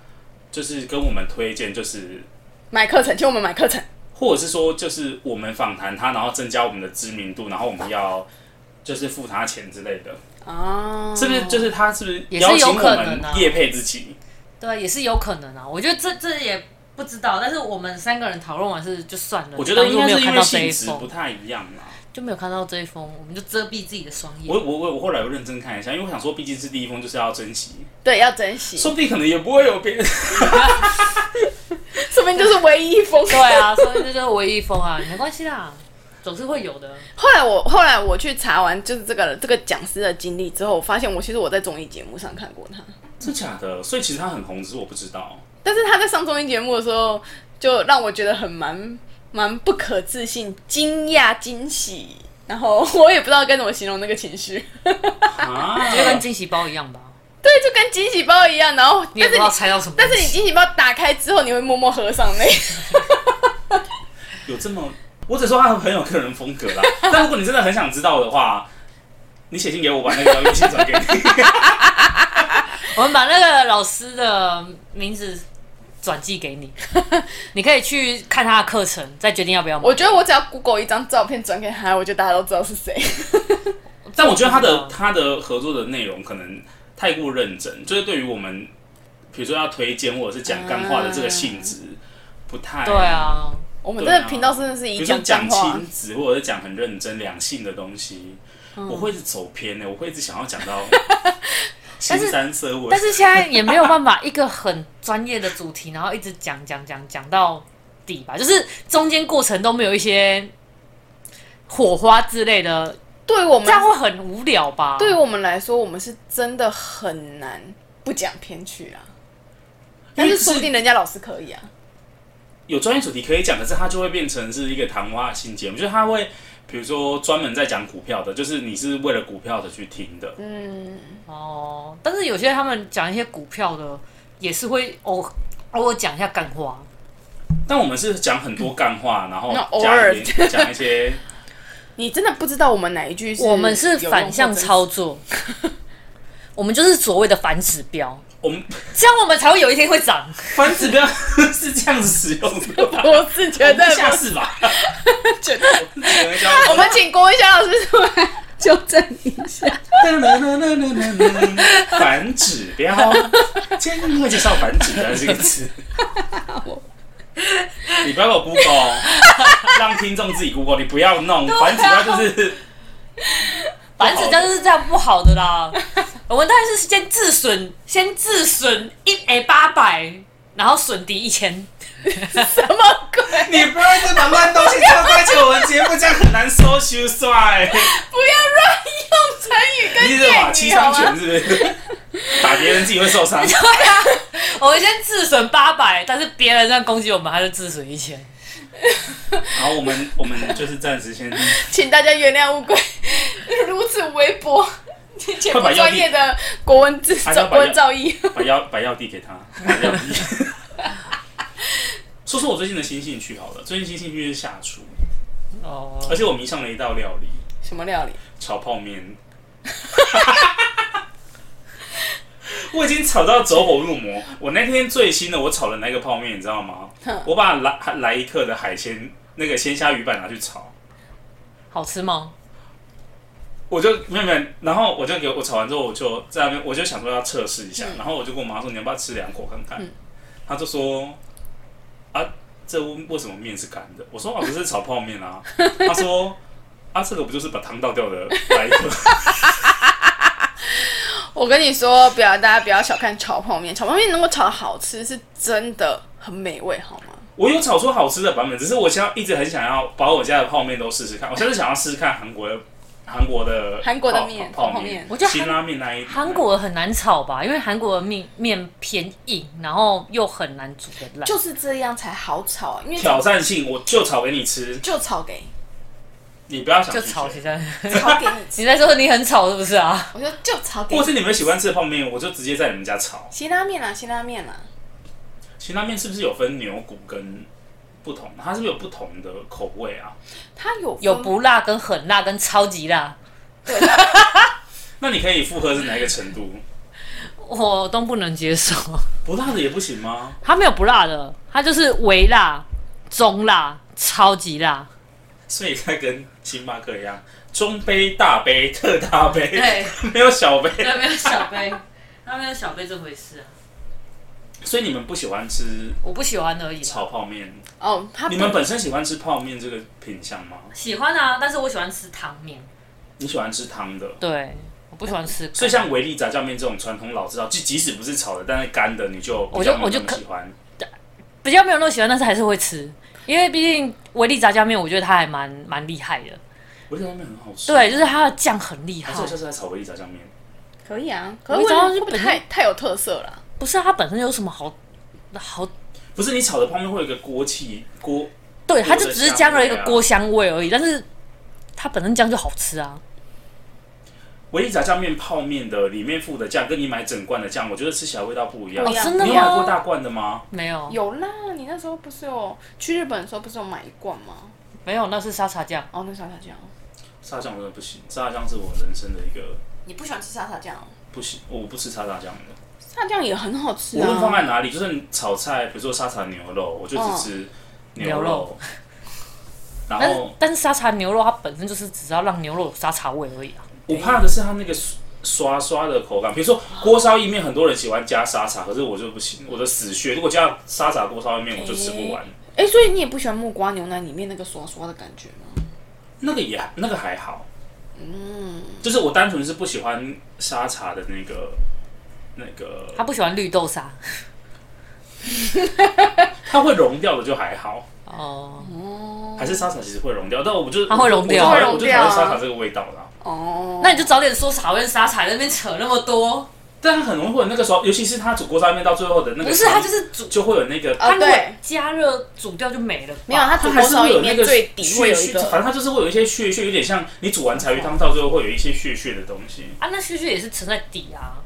A: 就是跟我们推荐，就是
C: 买课程，请我们买课程，
A: 或者是说，就是我们访谈他，然后增加我们的知名度，然后我们要就是付他钱之类的，
C: 哦，
A: 是不是？就是他是不是
B: 也是
A: 邀请
B: 有
A: 我
B: 可能啊
A: 们业配自己？
B: 对啊，也是有可能啊。我觉得这这也不知道，但是我们三个人讨论完是就算了。
A: 我觉得
B: 当
A: 应
B: 初
A: 该
B: 没有
A: 是因
B: 看
A: 为
B: 到这一
A: 性质不
B: 封，
A: 太一样啦。
B: 就没有看到这一封，我们就遮蔽自己的双
A: 我。
B: 眼
A: 我我我后来有认真看一下，因为我想说，毕竟是第一封，就是要珍惜，
C: 对，要珍惜，
A: 说不定可能也不会有别人。 *laughs*
C: 说不定就是唯一一封。 *laughs*
B: 对啊，所以这就是唯一一封啊，没关系啦，总是会有的。
C: 后来我后来我去查完就是这个这个讲师的经历之后，我发现我其实我在综艺节目上看过他，
A: 是假的，所以其实他很红，只是我不知道。
C: 但是他在上综艺节目的时候，就让我觉得很蛮蛮不可置信、惊讶、惊喜，然后我也不知道该怎么形容那个情绪，
A: 啊，
B: *laughs* *laughs* 就跟惊喜包一 *laughs* 样吧，
C: 对，就跟惊喜包一样。然后，
B: 你也不知
C: 但是你
B: 道猜到什么东
C: 但
B: 西。
C: 是你惊喜包打开之后，你会默默合上那个。 *laughs*
A: 有这么，我只说他很有个人风格啦。 *laughs* 但如果你真的很想知道的话，你写信给我吧，那个微信转给
B: *laughs*
A: 你。
B: *laughs* 我们把那个老师的名字转寄给 *laughs* 你，你可以去看他的课程，再决定要不要买。
C: 我觉得我只要 Google 一张照片转给他，我就大家都知道是谁。
A: 但我觉得他的他的合作的内容可能太过认真，就是对于我们，比如说要推荐或者是讲干话的这个性质，不太
B: 啊对。啊，
C: 我们这
A: 对啊
C: 个频道真的是
A: 比
C: 以
A: 如说
C: 讲脏
A: 讲
C: 话，
A: 亲子，或者是讲很认真两性的东西，
B: 嗯
A: 我会一直走偏欸的、我会一直想要讲
B: *laughs*
A: 到新
B: 是
A: 三色我
B: 但是现在也没有办法一个很专业的主题，然后一直讲讲讲讲到底吧，就是中间过程都没有一些火花之类的，
C: 对于我们
B: 这样会很无聊吧？
C: 对于我们来说，我们是真的很难不讲偏去啊。但是说不定人家老师可以啊。
A: 有专业主题可以讲，可是它就会变成是一个谈话性节目，就是它会，比如说专门在讲股票的，就是你是为了股票的去听的，
C: 嗯，
B: 哦，但是有些哦他们讲一些股票的，也是会偶偶尔讲一下干话，
A: 但我们是讲很多干话，然后
C: 那偶
A: 加
C: 尔
A: 一点讲一
C: *laughs*
A: 些，
C: 你真的不知道我们哪一句是
B: 我们是
C: 有用
B: 反向
C: 或者是
B: 操作， *laughs* 我们就是所谓的反指标，
A: 我们
B: 这样我们才会有一天会涨。
A: 反指标是这样子使用的
C: *laughs*
A: 吧，
C: 我是觉得
A: 我们下次吧，
C: 觉得
A: *laughs* 我们讲
C: 我们请郭一翔老师出来纠正一下。
A: 噔噔噔噔噔噔噔 *laughs* 反指标，今天会介绍反指标这个词。你不要给我 Google，哦让听众自己 Google，你不要弄反指标就是
B: 啊反指标就是这样不好的啦。我们当然是先自损，先自损一诶八百，然后损敌一千。
C: 什么鬼？
A: 你不要再把乱东西丢在起我们节目，这样很难收修帅。
C: 不要乱用成语跟
A: 你是
B: 啊
A: 把七
C: 谚语
A: 伤
C: 好
A: 拳
C: 吗？
A: 是不是？打别人自己会受伤。
B: 我们先自损八百，但是别人这样攻击我们，他就自损一千。
A: 然后我们我们就是暂时先
C: 请大家原谅乌龟如此微薄。且不
A: 快把药
C: 专
A: 剂
C: 业的国文字
A: 还是要把
C: 国文
A: 药
C: 造诣，
A: 把药把药递给他，把药递。 *laughs* 说说我最近的新兴趣好了，最近新兴趣是下厨，
B: 哦，
A: 而且我迷上了一道料理
C: 什么料理？
A: ——炒泡面。我已经炒到走火入魔。我那天最新的我炒的那个泡面，你知道吗
C: 哼？
A: 我把来来一克的海鲜那个鲜虾鱼板拿去炒，
B: 好吃吗？
A: 我就没有没有，然后我就给我炒完之后，我就在那边，我就想说要测试一下，然后我就跟我妈说，你要不要吃两口看看？
C: 嗯
A: 她就说，啊，这为为什么面是干的？我说，啊，不是炒泡面啊。她说，啊，这个不就是把汤倒掉的白客？
C: 我跟你说，不要大家不要小看炒泡面，炒泡面如果炒的好吃，是真的很美味，好吗？
A: *laughs* 我有炒出好吃的版本，只是我现在一直很想要把我家的泡面都试试看。我现在想要试试看韩国的韩国的
C: 韩国的
A: 泡
C: 面
A: 泡
C: 泡泡
A: 面
C: 面，
B: 我觉得
A: 辛
B: 韩
A: 拉面那一
B: 韩国很难炒吧，因为韩国的面面偏硬，然后又很难煮得烂。
C: 就是这样才好炒，啊因为
A: 挑战性，我就炒给你吃，
C: 就炒给
A: 你不要想
B: 就
A: 去
B: 炒
A: 学
B: 起来， *laughs*
C: 炒给你
B: 你
C: 吃，
B: 在说你很吵是不是啊？
C: 我说就炒给
A: 或
C: 你
A: 是你们喜欢吃的泡面，我就直接在你们家炒。
C: 辛拉面啊，辛拉面啊，
A: 辛拉面是不是有分牛骨跟不同？它是不是有不同的口味啊？
C: 它有分
B: 有不辣跟很辣跟超级辣，
C: 对，它
A: 那你可以复合是哪一个程度？
B: 我都不能接受。
A: 不辣的也不行吗？
B: 它没有不辣的，它就是微辣、中辣、超级辣。
A: 所以它跟星巴克一样，中杯、大杯、特大杯，
B: 对，
A: 没有小杯。
B: 对，没有小 *laughs* 杯，它没有小杯这回事啊。
A: 所以你们不喜欢吃
B: 我不喜欢而已啦。
A: 炒泡面，
C: 哦，
B: 啊
C: 它不
A: 你们本身喜欢吃泡面这个品相吗？
B: 喜欢啊，但是我喜欢吃汤面。
A: 你喜欢吃汤的，
B: 对，我不喜欢吃。
A: 所以像维力炸酱面这种传统老字号，就即使不是炒的，但是干的你就
B: 我
A: 比
B: 就
A: 较没有
B: 我就
A: 那么
B: 可
A: 喜欢。
B: 比较没有那么喜欢，但是还是会吃，因为毕竟维力炸酱面，我觉得它还蛮蛮厉害的。
A: 维力炸酱面很好吃，
B: 对，就是它的酱很厉害
A: 还是。我下次来炒维力炸酱面。
C: 可以啊，可是
B: 我
C: 我
B: 一早上
C: 会
B: 就
C: 不会
B: 本
C: 太太有特色了？
B: 不是啊它本身有什么好好？
A: 不是你炒的泡面会有一个锅气锅，
B: 对，
A: 锅
B: 它就
A: 的
B: 只是
A: 香
B: 加了
A: 味
B: 一个
A: 啊
B: 锅香味而已，但是它本身酱就好吃啊。
A: 维力炸酱面泡面的里面附的酱，跟你买整罐的酱，我觉得吃起来味道不一样。
C: 不
B: 哦，
C: 一样
B: 真的
A: 你有买过
B: 吗？
A: 大罐的吗？
B: 没有，
C: 有啦，你那时候不是有去日本的时候不是有买一罐吗？
B: 没有，那是沙茶酱。
C: 哦，那沙茶酱，
A: 沙茶酱我真的不行，沙茶酱是我人生的一个
C: 你不喜欢吃沙茶酱哦？
A: 不行，我不吃沙茶酱的。
C: 沙茶酱也很好吃
A: 无论放
C: 啊，
A: 在哪里，就是你炒菜，比如说沙茶牛肉，我就只
B: 哦
A: 吃牛
B: 牛肉
A: 肉。 *laughs* 然
B: 但是
A: 后
B: 但是沙茶牛肉它本身就是只要让牛肉有沙茶味而已啊。
A: 我怕的是它那个刷刷的口感，比如说锅烧意面，很多人喜欢加沙茶，可是我就不行，我的死穴。如果加沙茶锅烧意面，我就吃不完。
C: 哎，所以你也不喜欢木瓜牛奶里面那个刷刷的感觉吗？
A: 那个也那个还好，嗯，就是我单纯是不喜欢沙茶的那个那个，
B: 他不喜欢绿豆沙。
A: 它会溶掉的就还好，
B: 哦、
A: 还是沙茶其实会溶掉，但我就是
B: 它会溶掉
A: 我就
C: 它会
A: 我
C: 溶
A: 就
C: 掉
A: 讨
C: 啊
A: 厌沙茶这个味道啦。
C: 哦，
B: 那你就早点说茶跟沙茶，在那边扯那么多。
A: 但它很容易会有那个时候，尤其是它煮锅烧面到最后的那个汤，
B: 不是，它就是煮，
A: 就会有那个。
C: 啊
B: 它如果
C: 对
B: 加热煮掉就没了吧。
C: 没有，
A: 它
C: 它煮
A: 还
C: 锅
A: 是
C: 烧
A: 会
C: 里
A: 有那
C: 面
A: 个
C: 最底会
A: 血
C: 有一
A: 血，
C: 个
A: 反正它就是会有一些血血，有点像你煮完柴鱼汤到最后会有一些血血的东西
B: 啊，那须须也是沉在底啊。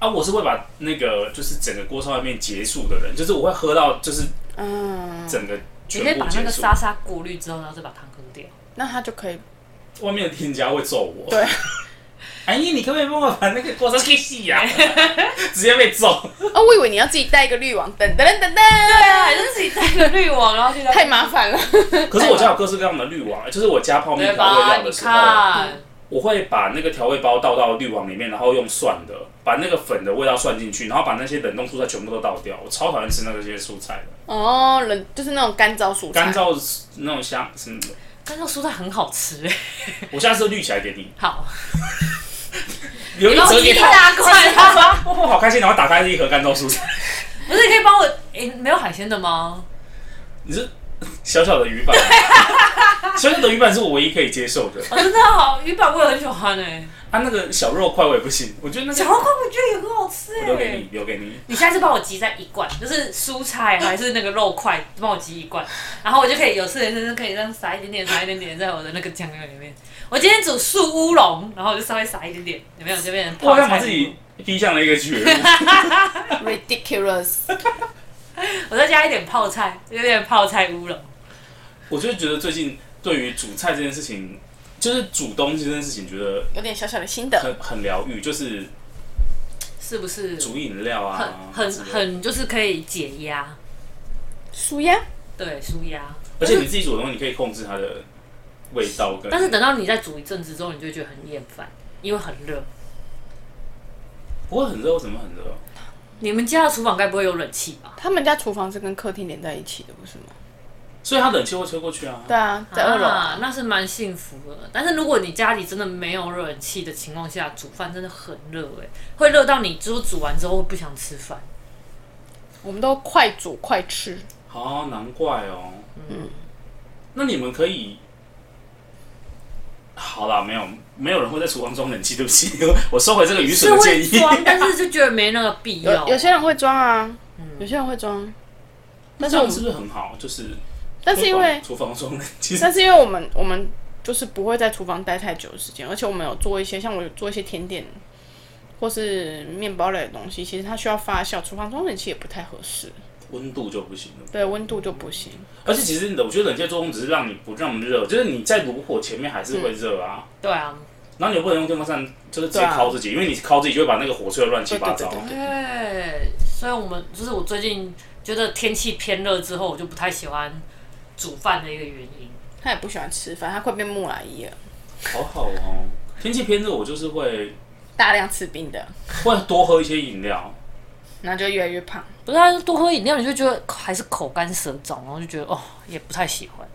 A: 啊。我是会把那个就是整个锅烧面结束的人，就是我会喝到就是
C: 嗯，
A: 整个
B: 你
A: 全
B: 可以
A: 部
B: 把那
A: 结
B: 个
A: 束。
B: 沙沙过滤之后，然后再把汤喝掉。
C: 那他就可以
A: 外面的店家会揍我。
C: 对，
A: *laughs* 哎，你可不可以帮我把那个锅烧给洗呀？直接被揍。
C: 哦，我以为你要自己带一个滤网，等等等等等，
B: 对啊，还是自己带个滤网，然后去
C: 太麻烦了。
A: 可是我家有各式各样的滤网，就是我加泡面
B: 对
A: 调味
B: 吧？
A: 料
B: 你
A: 的时候，
B: 看，
A: 我会把那个调味包倒到滤网里面，然后用蒜的，把那个粉的味道涮进去，然后把那些冷冻蔬菜全部都倒掉。我超讨厌吃那些蔬菜的，
C: 哦，冷就是那种干燥蔬菜，
A: 干燥那种香什么的。
B: 干燥蔬菜很好吃 *laughs* 哎。
A: 我下次滤起来给你，
B: 好，
A: 留一
B: 然后
A: 折
B: 一
A: 给他。
B: 大块，
A: 哇，好开心！然后打开是一盒干燥蔬菜，
B: 不是你可以帮我？哎，没有海鲜的吗？
A: 你是小小的鱼板，小小的鱼板是我唯一可以接受的。
B: 哦，真的好，鱼板我也很喜欢哎，
A: 啊，那个小肉块我也不行，我觉得那
B: 小
A: 个
B: 黄瓜我觉得也很好吃
A: 留给
B: 哎
A: 你。，留给你。
B: 你下次帮我集在一罐，就是蔬菜还是那个肉块，帮我集一罐，然后我就可以有事没事可以这样撒一点点，撒一点点在我的那个酱料里面。我今天煮素乌龙，然后我就稍微撒一点点，有没有？就变成
A: 我
B: 泡
A: 好像把
B: 菜
A: 自。己逼向了一个绝路。
B: *laughs*
C: ridiculous。
B: 我再加一点泡菜，有点泡菜乌龙。
A: 我就觉得最近对于煮菜这件事情，就是煮东西这件事情，觉得
C: 有点小小的心得，
A: 很很疗愈，就是
B: 是不是
A: 煮饮料
B: 很
A: 啊，
B: 很
A: 之类的。
B: 很就是可以解压，
C: 舒压。
B: 对，舒压。
A: 而且你自己煮的东西，你可以控制它的味道跟。
B: 但是等到你再煮一阵子之后，你就会觉得很厌烦，因为很热。
A: 不会很热，为什么很热？
B: 你们家的厨房该不会有冷气吧？
C: 他们家厨房是跟客厅连在一起的，不是吗？
A: 所以它冷气会吹过去啊。
C: 对啊，在二楼啊。
B: 啊，那是蛮幸福的。但是如果你家里真的没有冷气的情况下，煮饭真的很热哎、会热到你就是煮完之后会不想吃饭。
C: 我们都快煮快吃，
A: 哦，难怪哦。嗯。那你们可以。好啦，没有没有人会在厨房装冷气，对不起， *laughs* 我收回这个愚
B: 是
A: 蠢的建
B: 会
A: 议。
B: 装，但是就觉得没那个必
C: 有
B: 要。
C: 有些人会装啊，有些人会装，但
A: 这
C: 是我
A: 样是
C: 们
A: 不是很好？就是
C: 但是因为
A: 厨房
C: *laughs*
A: 中，其实
C: 但是因为我们我们就是不会在厨房待太久的时间，而且我们有做一些像我有做一些甜点或是面包类的东西，其实它需要发酵，厨房装冷气也不太合适，
A: 温度就不行了。
C: 对温度就不行。
A: 而且其实我觉得冷气作用只是让你不那么热，就是你在炉火前面还是会热啊。
B: 对啊，
A: 然后你又不能用电风扇，就是直接烤自己，因为你烤自己就会把那个火吹得乱七八糟。
C: 对对
B: 对，所以我们就是我最近觉得天气偏热之后，我就不太喜欢煮饭的一个原因。
C: 他也不喜欢吃饭，他快变木乃伊了，
A: 好好哦，天气偏热，我就是会
C: 大量吃冰的，
A: 会多喝一些饮料。
C: 然后就越来越胖。
B: 不是、啊，多喝饮料你就觉得还是口干舌燥，然后就觉得哦也不太喜欢。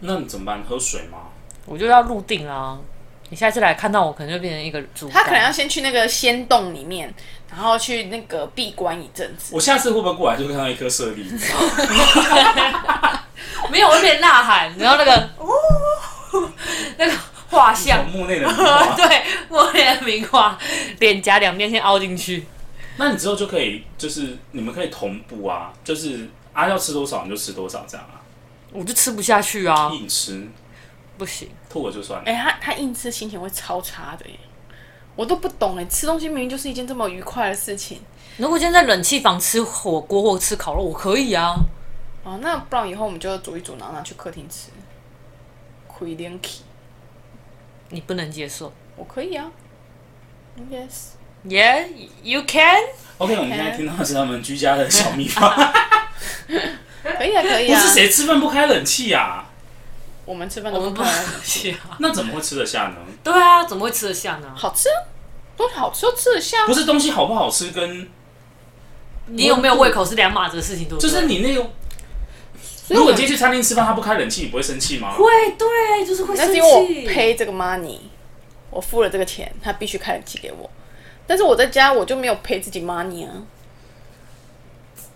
A: 那你怎么办？喝水吗？
B: 我就要入定啦、你下一次来看到我，可能就变成一个主
C: 他可能要先去那个仙洞里面，然后去那个闭关一阵子。
A: 我下次会不会过来就看到一颗舍
C: *laughs*
A: 利子？
B: 没有，我变呐喊，然后那个哦，那个画像，
A: 木内的名花 *laughs*
B: 对，我脸名画，脸颊两边先凹进去。
A: 那你之后就可以，就是你们可以同步啊，就是啊要吃多少你就吃多少这样啊，
B: 我就吃不下去啊，
A: 硬吃
B: 不行，
A: 吐了就算了。
C: 哎、他他硬吃心情会超差的耶，我都不懂哎，吃东西明明就是一件这么愉快的事情。
B: 如果今天在冷气房吃火锅或吃烤肉，我可以啊。
C: 哦，那不然以后我们就煮一煮，然后拿去客厅吃。亏点 k
B: 你不能接受
C: 我可以啊。Yes，
B: ？Yeah, you can。
A: OK，我们现在听到的是他们居家的小秘
C: *laughs*
A: 方。
C: 可以啊，可以
A: 不
C: 啊。
A: 是谁吃饭不开冷气啊？
C: 我们吃饭
B: 我
C: 都
B: 们
C: 不
B: 不
C: 开，
B: 去啊。
A: 那怎么会吃得
C: *laughs*
A: 下呢？
B: 对啊，怎么会吃得下呢？
C: 好吃啊，东西好吃就吃得下啊。
A: 不是东西好不好吃跟，
B: 你有没有胃口是两码子的事情，对不
A: 就
B: 对？
A: 是你那个，
C: 所以
A: 如
C: 我
A: 果
C: 们
A: 你今天去餐厅吃饭，他不开冷气，你不会生气吗？
B: 会，对，就是会
C: 那
B: 生
C: 是
B: 气。
C: 因为我赔这个 money，我付了这个钱，他必须开冷气给我。但是我在家我就没有赔自己 money 啊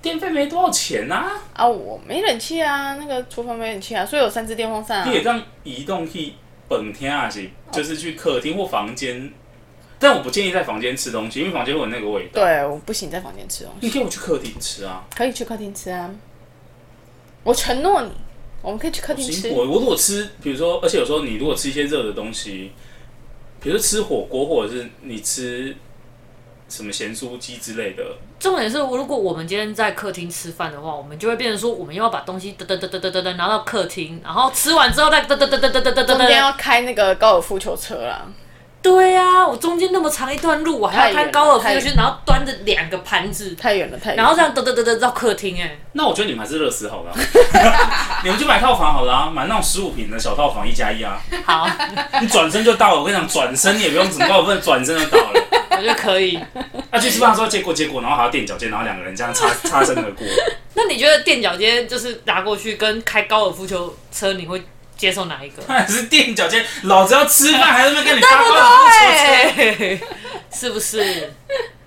A: 电费没多少钱啊，
C: 啊，我没冷气啊，那个厨房没冷气啊，所以有三只电风扇啊
A: 你。也让移动去本天啊，是就是去客厅或房间，但我不建议在房间吃东西，因为房间会有那个味道。
C: 对，我不行在房间吃东西，
A: 你给我去客厅吃啊！
C: 可以去客厅吃啊。我承诺你，我们可以去客厅吃。
A: 我我如果吃，比如说，而且有时候你如果吃一些热的东西，比如说吃火锅，或者是你吃什么咸酥鸡之类的，
B: 重点是，如果我们今天在客厅吃饭的话，我们就会变成说，我们又要把东西噔噔噔噔噔噔噔拿到客厅，然后吃完之后再噔噔噔噔噔噔噔
C: 中间
B: 噔。
C: 要开那个高尔夫球车啦，
B: 对啊，我中间那么长一段路，我还要开高尔夫球，然后端着两个盘子，
C: 太远了，太远了。
B: 然后这样噔噔噔噔到客厅，哎，
A: 那我觉得你们还是热死好了啊、你们就买套房好了啊、买那种十五平的小套房一加一啊，
B: 好，
A: 你转身就到了。我跟你讲，转身你也不用怎么高，我不能转身就到了。
B: 我觉得可以。
A: 那去吃饭的时候，结果结果，然后还要垫脚尖，然后两个人这样擦擦身而过。
B: 那你觉得垫脚尖就是拿过去跟开高尔夫球车，你会接受哪一个？
A: 那是垫脚尖，老子要吃饭，还在那边跟你搭高尔夫球
B: 欸
A: 车。
B: 对，是不是？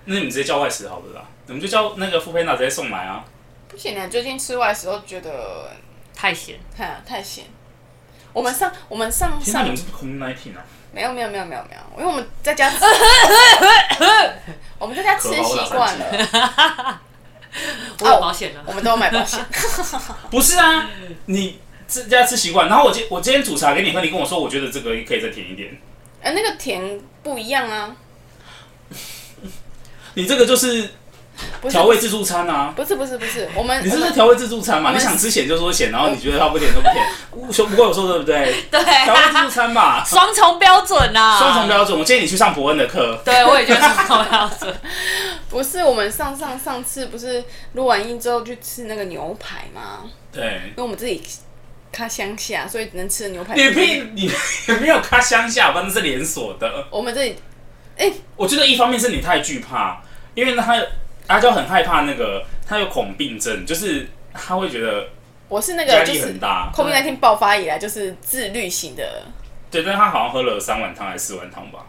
A: 那你们直接叫外食好了啦，你们就叫那个富佩娜直接送来啊。
C: 不行啊，最近吃外食都觉得
B: 太咸，
C: 太太咸。我们上我们上
A: 天哪，
C: 上
A: 你们是 COVID nineteen 啊？
C: 没有没有没有没有没有，因为我们在家吃，我们在家吃
A: 可好，我打
C: 习惯
A: 算
C: 了，
A: 了。
B: 我有保险了
C: 我。们都有买保险。
A: *laughs* 不是啊，你自家吃习惯。然后我今我今天煮茶给你喝，你跟我说，我觉得这个可以再甜一点。
C: 哎、那个甜不一样啊，
A: 你这个就是
C: 不是
A: 调味自助餐啊。
C: 不是不是不是，我们
A: 你是
C: 我
A: 在
C: 们
A: 调味自助餐嘛？
C: 我
A: 你
C: 们
A: 想吃咸就说咸，然后你觉得它不甜就
C: *laughs*
A: 不甜。我说不过我说的对不对？
B: 对
A: 调味自助餐
C: *laughs*
A: 吧，
B: 双重标准啊！
A: 双重。标准。我建议你去上伯恩的课。
B: 对，我也觉得双重标准。
C: 不是我们上上上次不是录完音之后去吃那个牛排吗？
A: 对
C: 因，为我们自己看乡下，所以能吃的牛排。
A: 你屁你你没有咖乡下，反正是连锁的。
C: 我们这里
A: 我觉得一方面是你太惧怕，因为他阿娇很害怕那个，他有恐病症，就是他会觉得
C: 我是那
A: 压
C: 个就
A: 力
C: 是
A: 很大。
C: COVID 1 9爆发以来就是自律型的，
A: 对，但他好像喝了三碗汤还是四碗汤吧？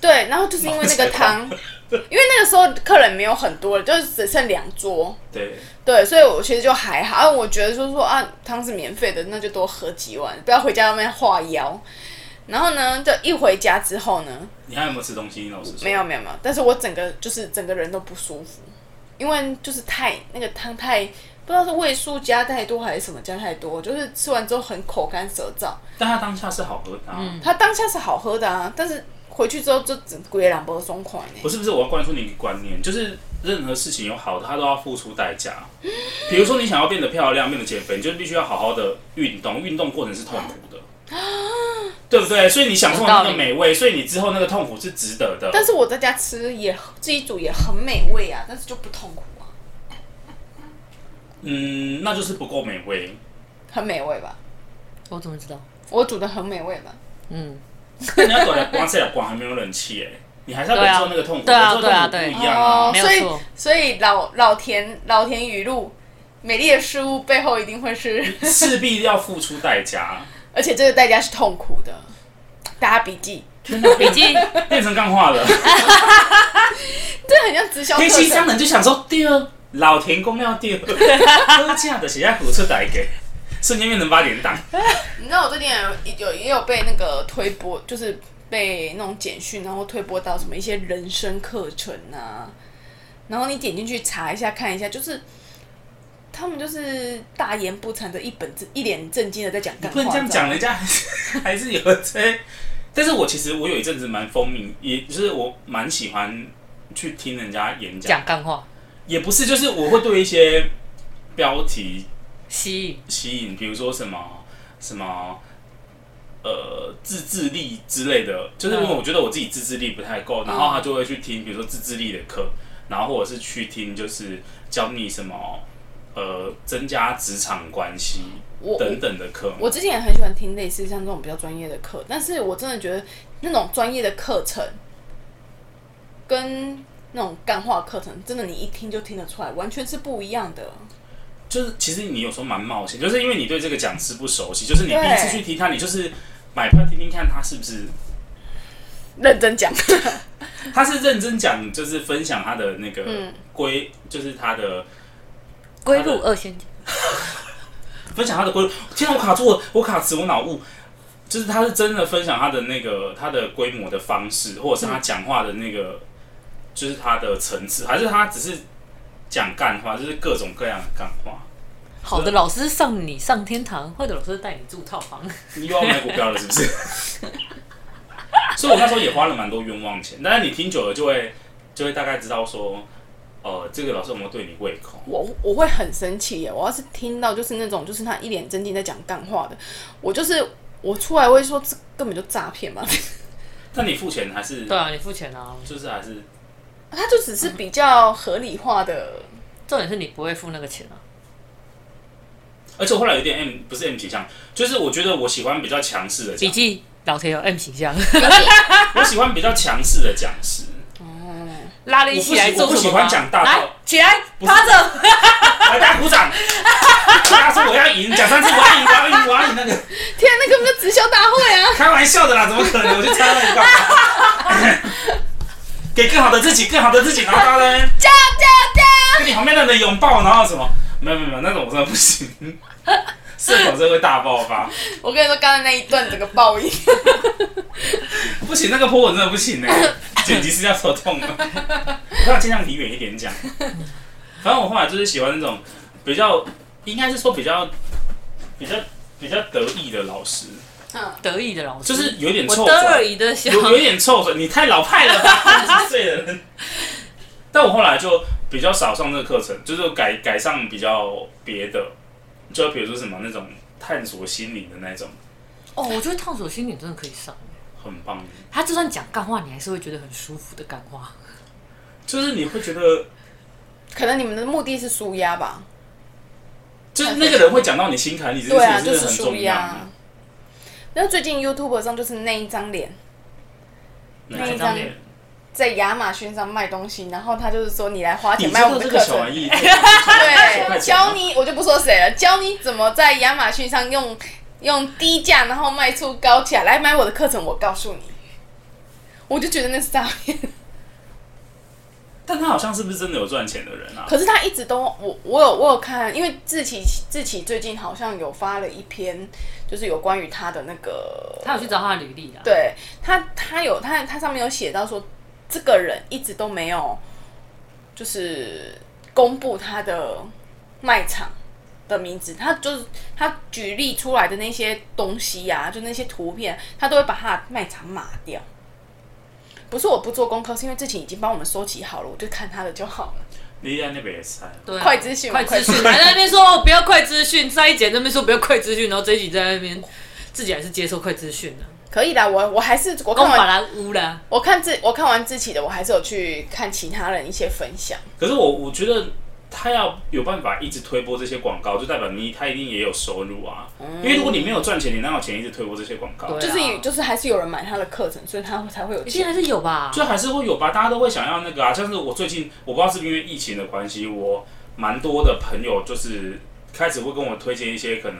C: 对，然后就是因为那
A: *laughs*
C: 个汤，因为那个时候客人没有很多了，就是只剩两桌，
A: 对，
C: 对，所以我其实就还好，啊、我觉得就是说啊，汤是免费的，那就多喝几碗，不要回家那边化腰。然后呢，就一回家之后呢，
A: 你还有没有吃东西？老师说
C: 没有没有没有，但是我整个就是整个人都不舒服，因为就是太那个汤太不知道是味素加太多还是什么加太多，就是吃完之后很口干舌燥。
A: 但他当下是好喝啊汤。
C: 它当下是好喝的啊，但是回去之后就整个两包松快
A: 不
C: 呢。
A: 是不是，我要灌输你一个观念，就是任何事情有好的，它都要付出代价。比如说，你想要变得漂亮、变得减肥，你就必须要好好的运动，运动过程是痛苦的，
C: 啊
A: 对不对？所以你享受那个美味，所以你之后那个痛苦是值得的。
C: 但是我在家吃也自己煮也很美味啊，但是就不痛苦啊，
A: 嗯，那就是不够美味。
C: 很美味吧？
B: *laughs* 我怎么知道？
C: 我煮的很美味吧？
B: 嗯，
A: 那你要管来光这两光还没有冷气哎、你还是要
B: 对
A: 忍
B: 啊
A: 受那个痛苦，
B: 对啊
A: 忍受痛
B: 对啊
A: 苦
B: 对
A: 不一样啊
C: 哦。
B: 没有
C: 所以
B: 错
C: 所以老老田老田语录，美丽的事物背后一定会是， *laughs*
A: 势必要付出代价。
C: 而且这个代价是痛苦的，大家笔记。
B: 已经
A: 变成干话了，
C: 这很像直销课
A: 天气商
C: 程，
A: 人就想说第二老田公要第二，喝假的谁在火车来给，瞬间变成八点档。
C: 你知道我最近有有也有被那个推播，就是被那种简讯，然后推播到什么一些人生课程啊，然后你点进去查一下看一下，就是他们就是大言不惭的一本正一脸正经的在讲
A: 你
C: 干话，
A: 不能这样讲，
C: 知道
A: 人家 *laughs*
C: 吗
A: 还是还是有在。但是我其实我有一阵子蛮风靡，也就是我蛮喜欢去听人家演讲，
B: 讲干话，
A: 也不是就是我会对一些标题
B: 吸引
A: 吸引，比如说什么什么。呃，自制力之类的，就是因为
B: 嗯
A: 我觉得我自己自制力不太
C: 嗯
A: 够，然后他就会去听，比如说自制力的课，然后或者是去听，就是教你什么，呃，增加职场关系
C: 我
A: 等等的课。
C: 我之前也很喜欢听类似像这种比较专业的课，但是我真的觉得那种专业的课程跟那种干话课程，真的你一听就听得出来，完全是不一样的。
A: 就是其实你有时候蛮冒险，就是因为你对这个讲师不熟悉，就是你
C: 对
A: 第一次去听他，你就是买票听听看他是不是
C: 认真讲，
A: 他是认真讲，就是分享他的那个
C: 嗯
A: 归，就是他的
B: 归入二仙。
A: 分享他的归。天啊，我卡住了，我卡词，我脑雾。就是他是真的分享他的那个他的规模的方式，或者是他讲话的那个，就是他的层次，还是他只是讲干话，就是各种各样的干话。
B: 好的老师上你上天堂，坏的老师带你住套房。
A: 你又要买股票了是 *laughs* 不是？所以我那时候也花了蛮多冤枉钱，但是你听久了就会就会大概知道说，呃，这个老师有没有对你胃口？
C: 我我会很生气耶！我要是听到就是那种就是他一脸正经在讲干话的，我就是我出来我会说这根本就诈骗嘛。 *laughs*
A: 那你付钱还是
B: 对啊，你付钱啊，
A: 就是还是
C: 他就只是比较合理化的，
B: 重点是你不会付那个钱啊。
A: 而且我后来有点 M 不是 M 倾向，就是我觉得我喜欢比较强势的
B: 啊笔
A: 讲，
B: 记老铁有 M 形象，
A: 我喜欢比较强势的讲师，
B: *laughs*
C: 嗯
B: 拉了一起来
A: 我
B: 做
A: 不喜
B: 什
A: 我不喜
B: 么吗？啊
A: 欢讲大道
B: 来起来
A: 不是
B: 趴着，
A: 来哎大家鼓掌，大家说我要赢，讲三次我要赢，我要赢，我要赢，那个
C: 天啊，那根本就直销大会啊！
A: 开玩笑的啦，怎么可能？我就猜那个干嘛？ *laughs* 给更好的自己，更好的自己，然后大家呢
C: 加加加！
A: 跟你旁边的人拥抱，然后什么？没有没有没有，那种我真的不行，社恐真的会大爆发。
C: 我跟你说，刚才那一段整个爆音，
A: 不行，那个坡我真的不行呢、
B: *laughs*
A: 剪辑师要头痛了。我要尽量离远一点讲。反正我后来就是喜欢那种比较，应该是说比较比较比较得意的老师，
C: *laughs* 嗯，
B: 得意的老师，
A: 就是有点臭
B: 嗯我得而
A: 嘴，
B: 已的想
A: 有有点臭嘴，你太老派了吧，几岁了。但我后来就比较少上这个课程，就是改改上比较别的，就比如说什么那种探索心灵的那种，
B: *laughs* 哦，我觉得探索心理真的可以上，
A: 很棒。
B: 他就算讲干话，你还是会觉得很舒服的干话。
A: 就是你会觉得
C: 可能你们的目的是舒压吧？
A: 就是那个人会讲到你心坎里，这件
C: 对啊，
A: 事
C: 就
A: 情
C: 是
A: 很
C: 舒
A: 重要啊
C: 压。。那最近 YouTube 上就是那一张脸，
A: 哪
C: 那一
A: 张
C: 张
A: 脸？
C: 在亚马逊上卖东西，然后他就是说你来花
A: 你
C: 钱
A: 知
C: 买我
A: 道
C: 们的
A: 这
C: 课
A: 个小
C: 程
A: 玩，
C: *laughs*
A: 意？
C: 对，
A: 块钱
C: 教你我就不说谁了，教你怎么在亚马逊上用用低价然后卖出高价来买我的课程，我告诉你，我就觉得那是诈
A: *laughs*
C: 骗。
A: 但他好像是不是真的有赚钱的人啊？
C: 可是他一直都，我我有我有看，因为志奇志奇最近好像有发了一篇，就是有关于他的那个，
B: 他有去找他的履历啊，
C: 对他他有他他上面有写到说，这个人一直都没有，就是公布他的卖场的名字，他就是他举例出来的那些东西呀、就那些图片，他都会把他的卖场码掉。不是我不做功课，是因为志奇已经帮我们收集好了，我就看他的就好了。
A: 你在那边也塞。
B: 对啊，
C: 快资讯
B: 快资
C: 快资
B: 讯，
C: 讯
B: 还在那边说哦不要快资讯，上一节那边说不要快资讯，然后这一集在那边自己还是接受快资讯的，
C: 可以的，我我还是我
B: 我
C: 看
B: 把
C: 完
B: 他污了。啊
C: 我看自我看完自己的，我还是有去看其他人一些分享。
A: 可是我我觉得他要有办法一直推播这些广告，就代表你他一定也有收入啊。
C: 嗯
A: 因为如果你没有赚钱，你哪有钱一直推播这些广告
B: 对啊？
C: 就是有就是还是有人买他的课程，所以他才会有
B: 一定还
C: 钱。
B: 是有吧？
A: 就还是会有吧，大家都会想要那个啊。像是我最近，我不知道是不是因为疫情的关系，我蛮多的朋友就是开始会跟我推荐一些可能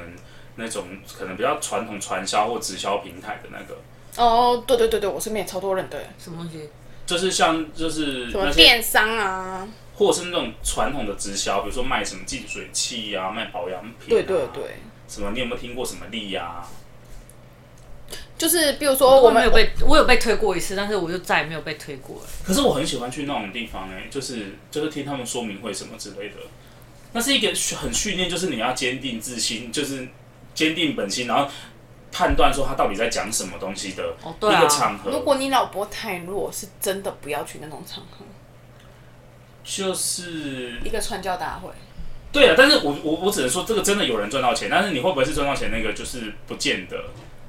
A: 那种可能比较传统传销或直销平台的那个，
C: 哦，对对对对，我身边也超多人的，
B: 什么东西？
A: 就是像就是
C: 什么
A: 那些
C: 电商啊，
A: 或者是那种传统的直销，比如说卖什么净水器啊，卖保养品、啊，
C: 对对，对，
A: 什么你有没有听过什么力啊？
C: 就是比如说我
B: 没
C: 们
B: 有被，我有被推过一次，但是我就再也没有被推过了。
A: 可是我很喜欢去那种地方哎、就是就是听他们说明会什么之类的，那是一个很训练，就是你要坚定自信，就是坚定本心，然后判断说他到底在讲什么东西的
B: 哦，对
A: 一
B: 啊
A: 个，场合。
C: 如果你老婆太弱，是真的不要去那种场合，
A: 就是
C: 一个传教大会。
A: 对啊，但是我我我只能说这个真的有人赚到钱，但是你会不会是赚到钱那个就是不见得。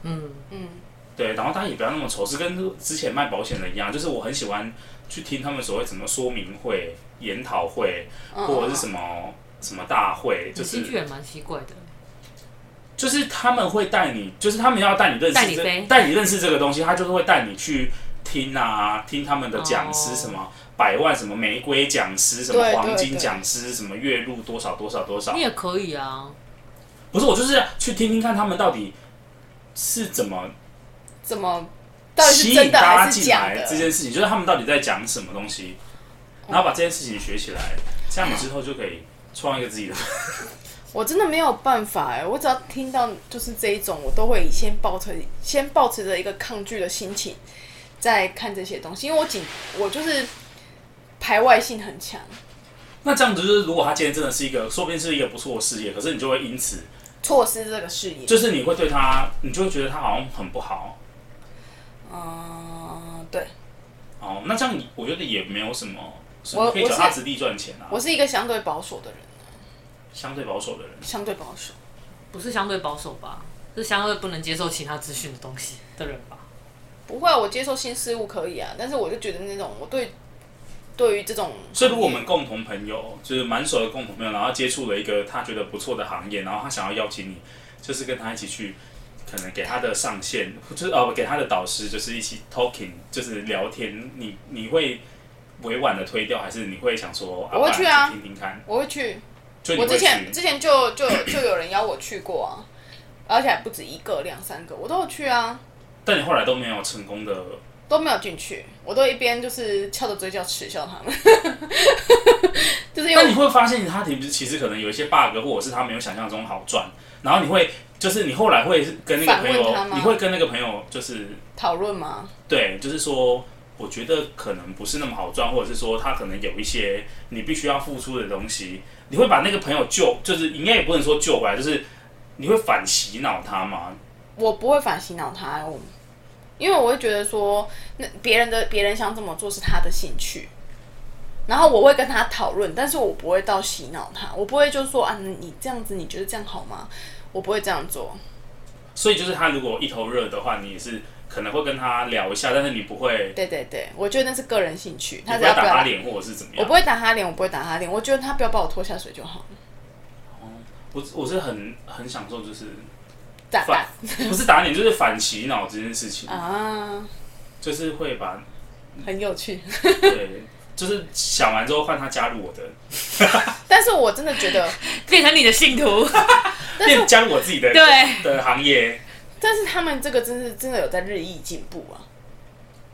B: 嗯，
C: 嗯，
A: 对，然后大家也不要那么仇视，跟之前卖保险的一样，就是我很喜欢去听他们所谓什么说明会、研讨会，
C: 嗯
A: 或者是什
C: 么？
A: 么什么大会，就
B: 嗯你
A: 是
B: 兴趣也蛮奇怪的。
A: 就是他们会带你，就是他们要带你认
B: 带
A: 识
B: 你
A: 这
B: 飞
A: 带你认识这个东西，他就是会带你去听啊，听他们的讲师
B: 哦
A: 什么、百万什么玫瑰讲师，什么
C: 对对
A: 黄金
C: 对
A: 讲师，什么月入多少多少多少
B: 你，也可以啊，
A: 不是我就是去听听看他们到底是怎么
C: 怎么？到底
A: 吸
C: 是
A: 引
C: 真的
A: 大家
C: 还是
A: 进
C: 假
A: 来
C: 的？哦
A: 这件事情，就是他们到底在讲什么东西，然后把这件事情学起来，这样你之后就可以创一个自己的。 *laughs*
C: 我真的没有办法哎、我只要听到就是这一种，我都会先抱持先抱持着一个抗拒的心情在看这些东西，因为我紧我就是排外性很强。
A: 那这样子就是，如果他今天真的是一个，说不定是一个不错的事业，可是你就会因此，
C: 错失这个事业，
A: 就是你会对他，你就会觉得他好像很不好。
C: 嗯，对，
A: 啊、哦，那这样你我觉得也没有什么，是
C: 我
A: 可以脚踏
C: 我是
A: 实地赚钱啊
C: 我。是一个相对保守的人，
A: 相对保守的人，
C: 相对保守。
B: 不是相对保守吧？是相对不能接受其他资讯的东西的人吧？
C: 不会啊，我接受新事物可以啊，但是我就觉得那种我对对于这种，
A: 所以如果我们共同朋友就是蛮熟的共同朋友，然后接触了一个他觉得不错的行业，然后他想要邀请你，就是跟他一起去，可能给他的上线，就是哦给他的导师，就是一起 talking，就是聊天，你你会委婉的推掉，还是你会想说，
C: 我会
A: 不然
C: 去啊
A: 听听看，
C: 我会去。
A: 就你
C: 我
A: 会
C: 之
A: 去
C: 前之前就就就有人邀我去过啊，而且还不止一个两三个，我都有去啊，
A: 但你后来都没有成功的，
C: 都没有进去，我都一边就是翘着嘴角耻笑他们， *laughs* 就是因
A: 那你
C: 为
A: 会发现他其实其实可能有一些 bug，或者是他没有想象中好赚，然后你会就是你后来会跟那个朋
C: 反问他
A: 友，
C: 吗
A: 你会跟那个朋友就是
C: 讨论嘛，
A: 对，就是说，我觉得可能不是那么好赚，或者是说他可能有一些你必须要付出的东西，你会把那个朋友救，就是应该也不能说救回来，就是你会反洗脑他嘛？
C: 我不会反洗脑他，我因为我会觉得说，那别人的别人想怎么做是他的兴趣，然后我会跟他讨论，但是我不会到洗脑他，我不会就说啊，你你这样子你觉得这样好吗？我不会这样做，
A: 所以就是他如果一头热的话，你也是可能会跟他聊一下，但是你不会，
C: 对对对，我觉得那是个人兴趣，
A: 你
C: 他
A: 不会
C: 只要
A: 打
C: 不要
A: 他脸或者是怎么
C: 我
A: 样
C: 不。会打他脸，我不会打他脸，我觉得他不要把我拖下水就好了。
A: 我我是很很享受，就是
C: 打
A: 反
C: 打
A: 不是打脸，就是反洗脑这件事情，
C: 啊，
A: 就是会把
C: 很有趣。 *laughs*
A: 对，就是想完之后换他加入我的，
C: 但是我真的觉得，
B: 变成你的信徒，
C: 但
A: 变
C: 是
A: 加入我自己的
B: 对，
A: 的行业。
C: 但是他们这个真是真的有在日益进步啊，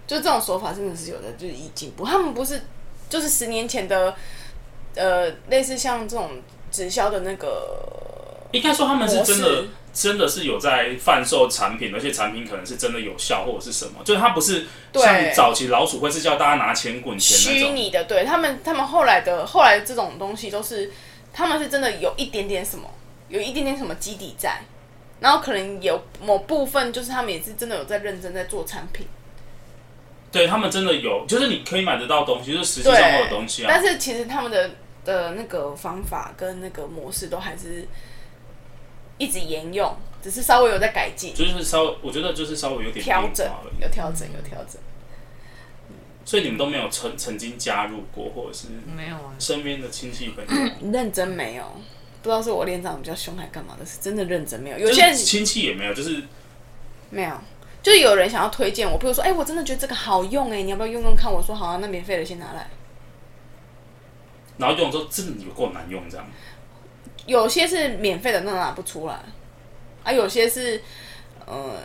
C: 就这种手法真的是有在日益进步。他们不是就是十年前的，呃，类似像这种直销的那个，
A: 应该说他们是真
C: 模
A: 的
C: 式
A: 真的是有在贩售产品，而且产品可能是真的有效或者是什么，就是它不是
C: 对
A: 像早期老鼠会是叫大家拿钱滚钱那
C: 虚
A: 种。
C: 拟的，对他们，他们后来的后来这种东西都是，他们是真的有一点点什么，有一点点什么基底在，然后可能有某部分就是他们也是真的有在认真在做产品，
A: 对他们真的有，就是你可以买得到东西，就是实际
C: 对，
A: 上会有东西啊
C: 但。是其实他们的的那个方法跟那个模式都还是一直沿用，只是稍微有在改进、
A: 就是稍微，我觉得就是稍微有点变化
C: 调整
A: 而，已嗯
C: 有调整，有调整。
A: 所以你们都没有曾曾经加入过，或者是
B: 没有啊，
A: 身边的亲戚朋友，
C: 认真没有，不知道是我脸长比较凶还干嘛的，是真的认真没有。有
A: 就
C: 些人
A: 是亲戚也没有，就是
C: 没有，就是有人想要推荐我，比如说，哎、我真的觉得这个好用哎、你要不要用用看？我说好啊，那免费的先拿来。
A: 然后用说真的有够难用这样。
C: 有些是免费的，那拿不出来，啊，有些是，呃，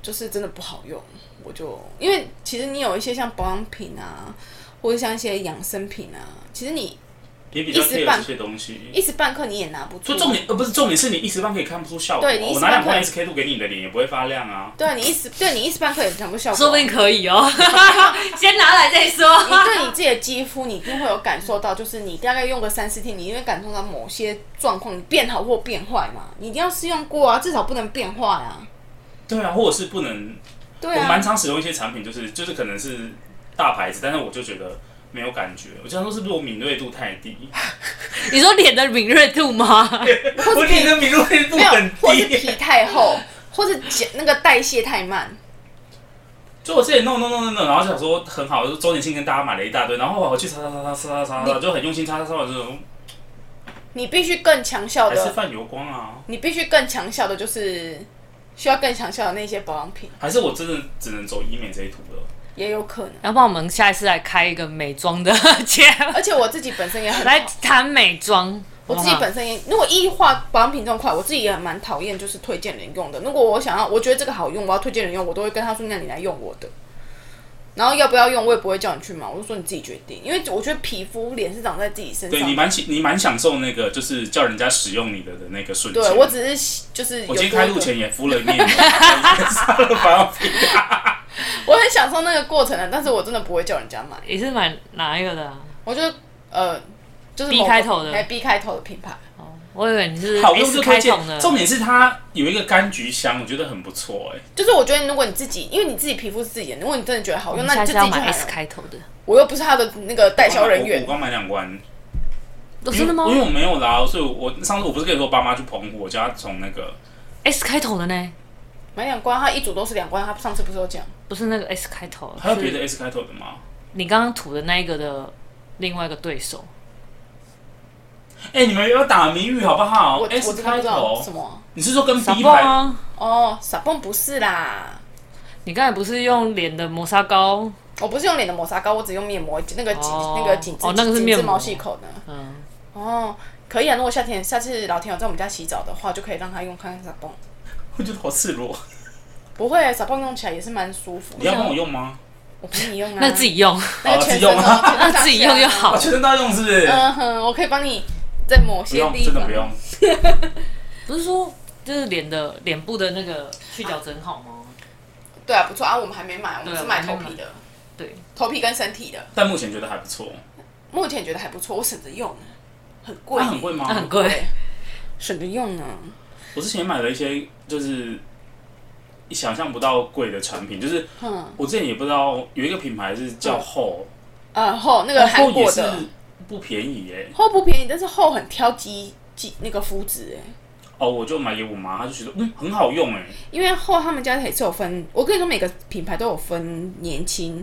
C: 就是真的不好用。我就因为其实你有一些像保养品啊，或者像一些养生品啊，其实你
A: 也比较
C: 一时
A: care
C: 半
A: 这些东西。
C: 一时半刻你也拿不出
A: 就
C: 来。
A: 重点，呃，不是重点是你一时半刻也看不出效果啊。
C: 对你一时
A: 我拿两
C: 半
A: 块
C: 刻
A: SK two 给你，你的脸也不会发亮啊。
C: 对啊，你一时对你一时半刻也讲不效果。
B: 说不定可以哦，先拿来再说。
C: 你对你自己的肌肤，你一定会有感受到，就是你大概用个三四天，你一定会感受到某些状况，你变好或变坏嘛。你一定要试用过啊，至少不能变坏啊。
A: 对啊，或者是不能，
C: 对
A: 我蛮
C: 啊，
A: 常使用一些产品，就是就是可能是大牌子，但是我就觉得没有感觉。我就想说是不是我敏锐度太低？
B: 你说脸的敏锐度吗？
A: 我脸的敏锐度
C: 没有
A: 很，
C: 或是
A: 低。
C: 皮太厚，或是解那个代谢太慢。
A: 就我之前弄弄弄弄弄，然后就想说很好，就周年庆跟大家买了一大堆，然后我去擦擦擦擦擦擦擦，
C: 你
A: 就很用心擦擦擦完之后，
C: 你必须更强效
A: 还是
C: 的，
A: 泛油光啊。
C: 你必须更强效的，就是需要更强效的那些保养品，
A: 还是我真的只能走医美这一途了。
C: 也有可能。
B: 要不然我们下一次来开一个美妆的 *laughs* 节目，
C: 而且我自己本身也很
B: 来
C: 讨
B: 谈美妆。
C: 我自己
B: 好不好
C: 本身也，如果一化保养品这种块，我自己也蛮讨厌，就是推荐人用的。如果我想要，我觉得这个好用，我要推荐人用，我都会跟他说：“那你来用我的。”然后要不要用，我也不会叫你去买，我就说你自己决定，因为我觉得皮肤脸是长在自己身
A: 对你
C: 上。
A: 蛮喜，你蛮享受那个，就是叫人家使用你的的那个瞬间。
C: 对，我只是就是有
A: 我今天
C: 多
A: 开
C: 一
A: 录
C: 个
A: 前也敷了面
C: *laughs*
A: 膜， *laughs* 擦了保养品。
C: 我很享受那个过程的，但是我真的不会叫人家买。
B: 也是买哪一个的啊？
C: 我就呃，就是
B: B
C: 某个
B: 开头的
C: 哎，B 开头的品牌，
B: 哦，我以为你是
A: 好用就
B: S
A: 推
B: 开
A: 荐
B: 头的，。
A: 重点是它有一个柑橘香，我觉得很不错哎、
C: 就是我觉得如果你自己，因为你自己皮肤是自己的，如果你真的觉得好
B: 我
C: 用，
B: 们
C: 那你
B: 下
C: 就
B: 次
C: 自己
B: 要
C: 去
B: 买
C: 买
B: S
C: 啊。
B: 开头的。
C: 我又不是他的那个代哎销人
A: 我我
C: 员，
A: 刚买两罐，因
B: 哦，真
A: 为
B: 的吗
A: 因为我没有啦，所以我上次我不是跟你说我爸妈去澎湖，我叫他从那个
B: ？S 开头的呢？
C: 买两罐，他一组都是两罐，他上次不是有讲？
B: 不是那个 S 开头，
A: 还有别
B: 是
A: 的 S 开头的吗？
B: 你刚刚吐的那一个的另外一个对手。
A: 哎、你们要打谜语好不好
C: 我我
A: 哦？S
C: 真的不
A: 开
C: 知道
A: 头
C: 什，么
A: 你是说跟
B: 傻
A: B
B: 棒
A: 牌？
B: 啊！
C: 哦，傻泵不是啦，
B: 你刚才不是用脸的磨砂膏？
C: 我不是用脸的磨砂膏，我只用面膜，那个紧、
B: 哦
C: 那个紧致、
B: 哦那个是面膜
C: 紧致毛细口的。
B: 嗯，
C: 哦，可以啊，如果夏天下次老天有在我们家洗澡的话，就可以让他用看看傻泵。
A: 我觉得好赤裸。
C: 不会，傻泵用起来也是蛮舒服
A: 你要
C: 的。
A: 帮我用吗？
C: 我陪你用啊，
B: 那自己用，
C: 那
A: 哦
C: 个
A: 自
C: 全
A: 己用
C: 身
A: 啊
C: 哦，全身
B: 那
C: 上
B: 自己
C: 下
B: 用就
C: 啊
B: 好
A: 啊，全身都要用是不是？
C: 嗯哼，我可以帮你在某
A: 不
C: 些
A: 用，
C: 地方，
A: 真的不用。
B: 不是说就是脸的脸部的那个去角质很好吗？
C: 对啊，不错啊，我们还没买，我
B: 对
C: 们
B: 啊
C: 是买
B: 我
C: 头
B: 们还没
C: 皮的，
B: 对，
C: 头皮跟身体的。
A: 但目前觉得还不错。
C: 目前觉得还不错，我省着用，很贵，
A: 那啊很贵，吗？
B: 那啊很贵。
C: 省着用呢。啊
A: 我之前买了一些就是想象不到贵的产品，就是
C: 嗯，
A: 我之前也不知道有一个品牌是叫
C: 嗯
A: 厚，
C: 呃，厚那个韩
A: 厚也
C: 国
A: 是
C: 的
A: 不便宜耶、
C: 厚不便宜，但是厚很挑肌肌那个肤质哎，
A: 哦，我就买给我妈，她就觉得嗯很好用哎、
C: 因为厚他们家也是有分，我跟你说每个品牌都有分年轻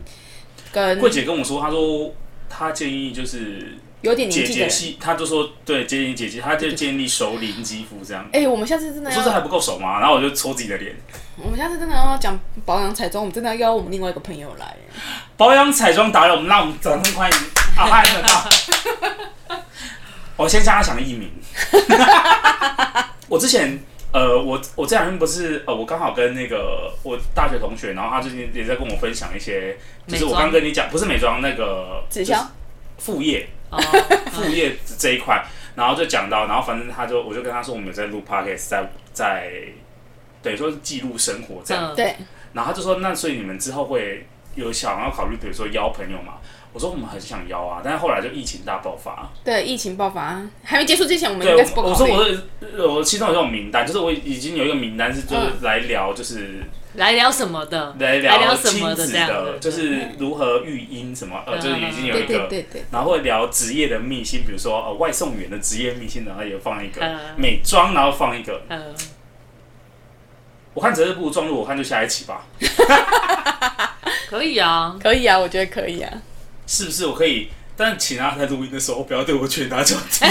C: 跟
A: 柜姐跟我说，她说她建议就是
C: 有点
A: 姐
C: 年纪的
A: 姐
C: 人。
A: 系，她就说对建议姐姐，她就建议熟龄肌肤这样。
C: 哎、我们下次真
A: 我
C: 的
A: 说这还
C: 要，
A: 不够熟吗？然后我就戳自己的脸。
C: 我们下次真的要讲保养彩妆，我们真的要邀我们另外一个朋友来。
A: 保养彩妆达人，我们让我们掌声欢迎阿汉的到。
C: *laughs*
A: 我先叫他想艺名。我之前呃，我我这两天不是呃，我刚好跟那个我大学同学，然后他最近也在跟我分享一些，就是我
B: 美妆
A: 刚跟你讲，不是美妆那个
C: 直销
A: 就是副
C: *laughs*
A: 业
B: 哦，
A: 副业这一块，然后就讲到，然后反正他就我就跟他说，我们有在录 podcast，在在等于说是记录生活这样。
B: 嗯，
C: 对，
A: 然后他就说：“那所以你们之后会有想要考虑，比如说邀朋友嘛？”我说：“我们很想邀啊，但是后来就疫情大爆发。
C: 对，疫情爆发还没结束之前，我们
A: 对，
C: 应该是不
A: 我我
C: 考
A: 说
C: 虑。
A: 我的我其中有一种名单，就是我已经有一个名单是就是来聊，就是、
B: 来聊什么的？
A: 来
B: 来
A: 聊
B: 聊什
A: 亲
B: 么的
A: 子
B: 这样的
A: 就是如何育婴什么，呃，
B: 嗯
A: 就是已经有
C: 对
A: 一
C: 对
A: 个。”
C: 对对，
A: 然后会聊职业的秘辛，比如说呃外送员的职业秘辛，然后也放一个、
B: 嗯
A: 美妆，然后放一个。
B: 嗯，
A: 我看择日不如撞入，我看就下一期吧，
B: 可以啊，
C: 可以啊，我觉得可以啊。
A: 是不是？我可以，但请他在录音的时候不要对我拳打脚踢。
C: 他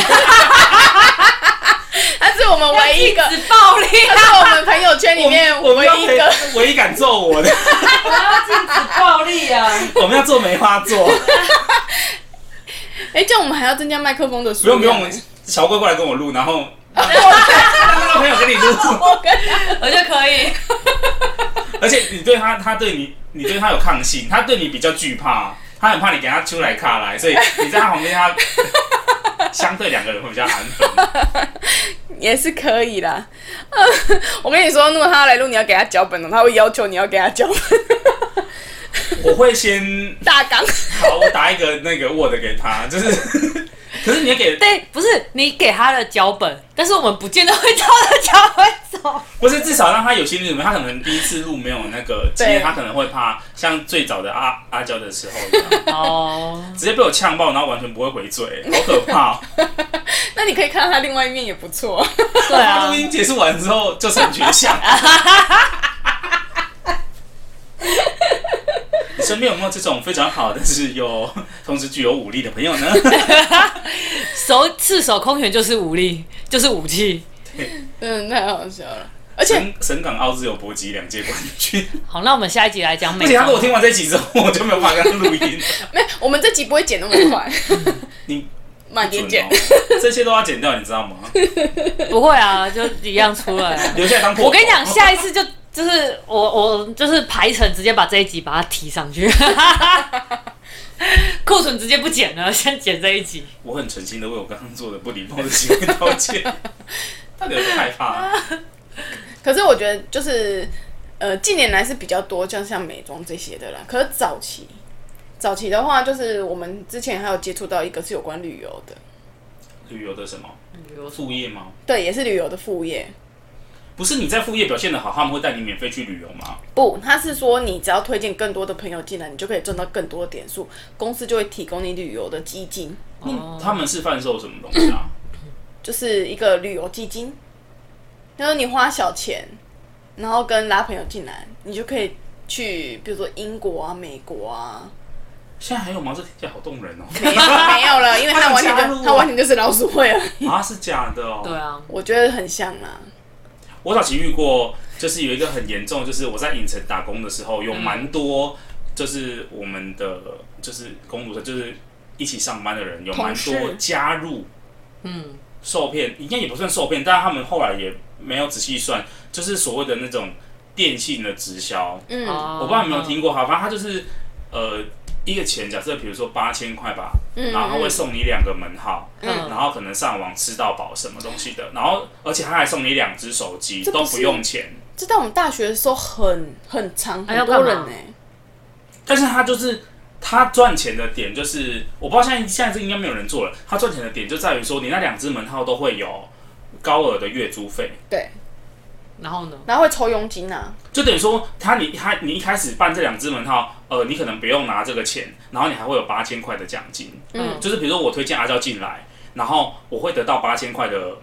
C: 是我们唯一一个，
B: 只暴力，
C: 他是我们朋友圈里面
A: 我们
C: 唯
A: 要
C: 一一个。
A: 陪唯一敢揍我的，
B: 我要禁止暴力啊！
A: 我们要做梅花座。
C: 哎，这样我们还要增加麦克风的数
A: 不用
C: 量。
A: 不用，小龟过来跟我录，然后让让朋友跟你录，
C: 我跟
B: *laughs* 我觉得可以，
A: 而且你对他，他对你，你对他有抗性，他对你比较惧怕，他很怕你给他出来卡来，所以你在他旁边，他相对两个人会比较安分。
C: 也是可以啦。我跟你说，如果他要来录，你要给他脚本哦，他会要求你要给他脚本
A: 我会先
C: 大纲。
A: 好，我打一个那个 Word 给他，就是，可是你要给
B: 对，不是你给他的脚本，但是我们不见得会照着脚本走。
A: 不是，至少让他有心理准备。他可能第一次录没有那个经验，
C: 对
A: 他可能会怕，像最早的阿阿娇的时候一样，
B: 哦，
A: 直接被我呛爆，然后完全不会回嘴，好可
B: *laughs* 啊
A: 怕、哦！
C: 那你可以看到他另外一面也不错。
B: 对
A: 他
B: 啊
A: 录，音结束完之后就成绝
B: *laughs*
A: 响。你身边有没有这种非常好，但是有同时具有武力的朋友
B: *laughs*
A: 呢？
B: 手赤手空拳就是武力，就是武器。
C: 真的太好笑了。而且
A: 神神港澳自由搏击两届冠军，
B: 好，那我们下一集来讲美
A: 而且他
B: 妆
A: 说我。听完这集之后，我就没有办法跟他录音，
C: 没，我们这集不会剪那么快。
A: 你
C: 慢点剪
A: 准，哦这些都要剪掉，你知道吗？
B: 不会啊，就一样出来
A: *laughs*
B: 啊。
A: 留下来当破
B: 我跟你
A: 口
B: 讲，下一次就就是我我就是排程直接把这一集把它提
A: *laughs*
B: 上去，库存直接不剪了，先剪这一集。
A: 我很诚心的为我刚刚做的不礼貌的行为道
C: *laughs*
A: 歉。到底有多害怕、啊
C: 可是我觉得就是呃，近年来是比较多，像像美妆这些的啦。可是早期，早期的话，就是我们之前还有接触到一个是有关旅游的，
A: 旅游的什么
B: 旅游
A: 副业吗？
C: 对，也是旅游的副业。
A: 不是你在副业表现的好，他们会带你免费去旅游吗？
C: 不，他是说你只要推荐更多的朋友进来，你就可以赚到更多的点数，公司就会提供你旅游的基金，
A: 那
B: 哦
A: 他们是贩售什么东西啊？
C: 就是一个旅游基金。他说你花小钱，然后跟拉朋友进来，你就可以去，比如说英国啊、美国啊。
A: 现在还有吗？这听起来好动人哦！
C: *laughs* 没有没
A: *laughs*
C: 有了，因为他完全
A: 他有加入
C: 就
A: 啊
C: 他完全就是老鼠
A: *laughs*
C: 会而已。
A: 啊，是假的哦。
B: 对啊，
C: 我觉得很像啦，
A: 我早期遇过，就是有一个很严重，就是我在影城打工的时候，
C: 嗯
A: 有蛮多就是我们的就是工读生，就是一起上班的人，有蛮
C: 同
A: 多
C: 事
A: 加入
B: 嗯，
A: 受骗，应该也不算受骗，但他们后来也没有仔细算，就是所谓的那种电信的直销。
C: 嗯，
B: 哦
A: 我不知道你有没有听过，好，反正他就是呃一个钱，假设比如说八千块吧，
C: 嗯
A: 然后他会送你两个门号。
B: 嗯
A: 然后可能上网吃到饱什么东西的，然后而且他还送你两只手机，
C: 这不
A: 都
C: 是
A: 不用钱。
C: 这在我们大学的时候很很长，
B: 哎要
C: 很多人
B: 干嘛
C: 呢、
A: 但是他就是他赚钱的点就是，我不知道现在现在这应该没有人做了。他赚钱的点就在于说，你那两只门号都会有高额的月租费，
C: 对，
B: 然后呢？
C: 然后会抽佣金啊，
A: 就等于说他你他你一开始办这两只门号，呃，你可能不用拿这个钱，然后你还会有八千块的奖金。
C: 嗯
B: 嗯，
A: 就是比如说我推荐阿娇进来，然后我会得到八千块的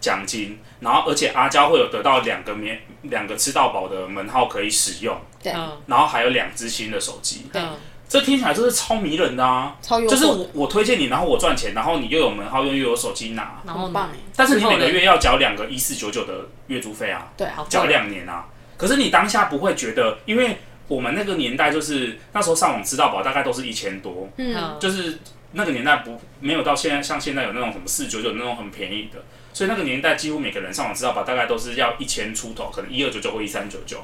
A: 奖金，然后而且阿娇会有得到两个免两个吃到饱的门号可以使用，
C: 对，
B: 嗯
A: 然后还有两只新的手机，
B: 嗯，
A: 这听起来就是超迷人的啊！
C: 超优
A: 就是
C: 秀
A: 我
C: 的，
A: 我推荐你，然后我赚钱，然后你又有门号，又又有手机拿，
B: 然后
C: 很棒
B: 呢
C: 哎？、
A: 但是你每
B: 之后
A: 个
B: 呢
A: 月要缴两个一四九九的月租费啊，
C: 对
B: 好
C: 啊，
A: 缴两年啊。可是你当下不会觉得，因为我们那个年代就是那时候上网吃到饱大概都是一千多，
C: 嗯，
B: 嗯，
A: 就是那个年代不没有到现在像现在有那种什么四九九那种很便宜的，所以那个年代几乎每个人上网吃到饱大概都是要一千出头，可能一二九九或一三九九。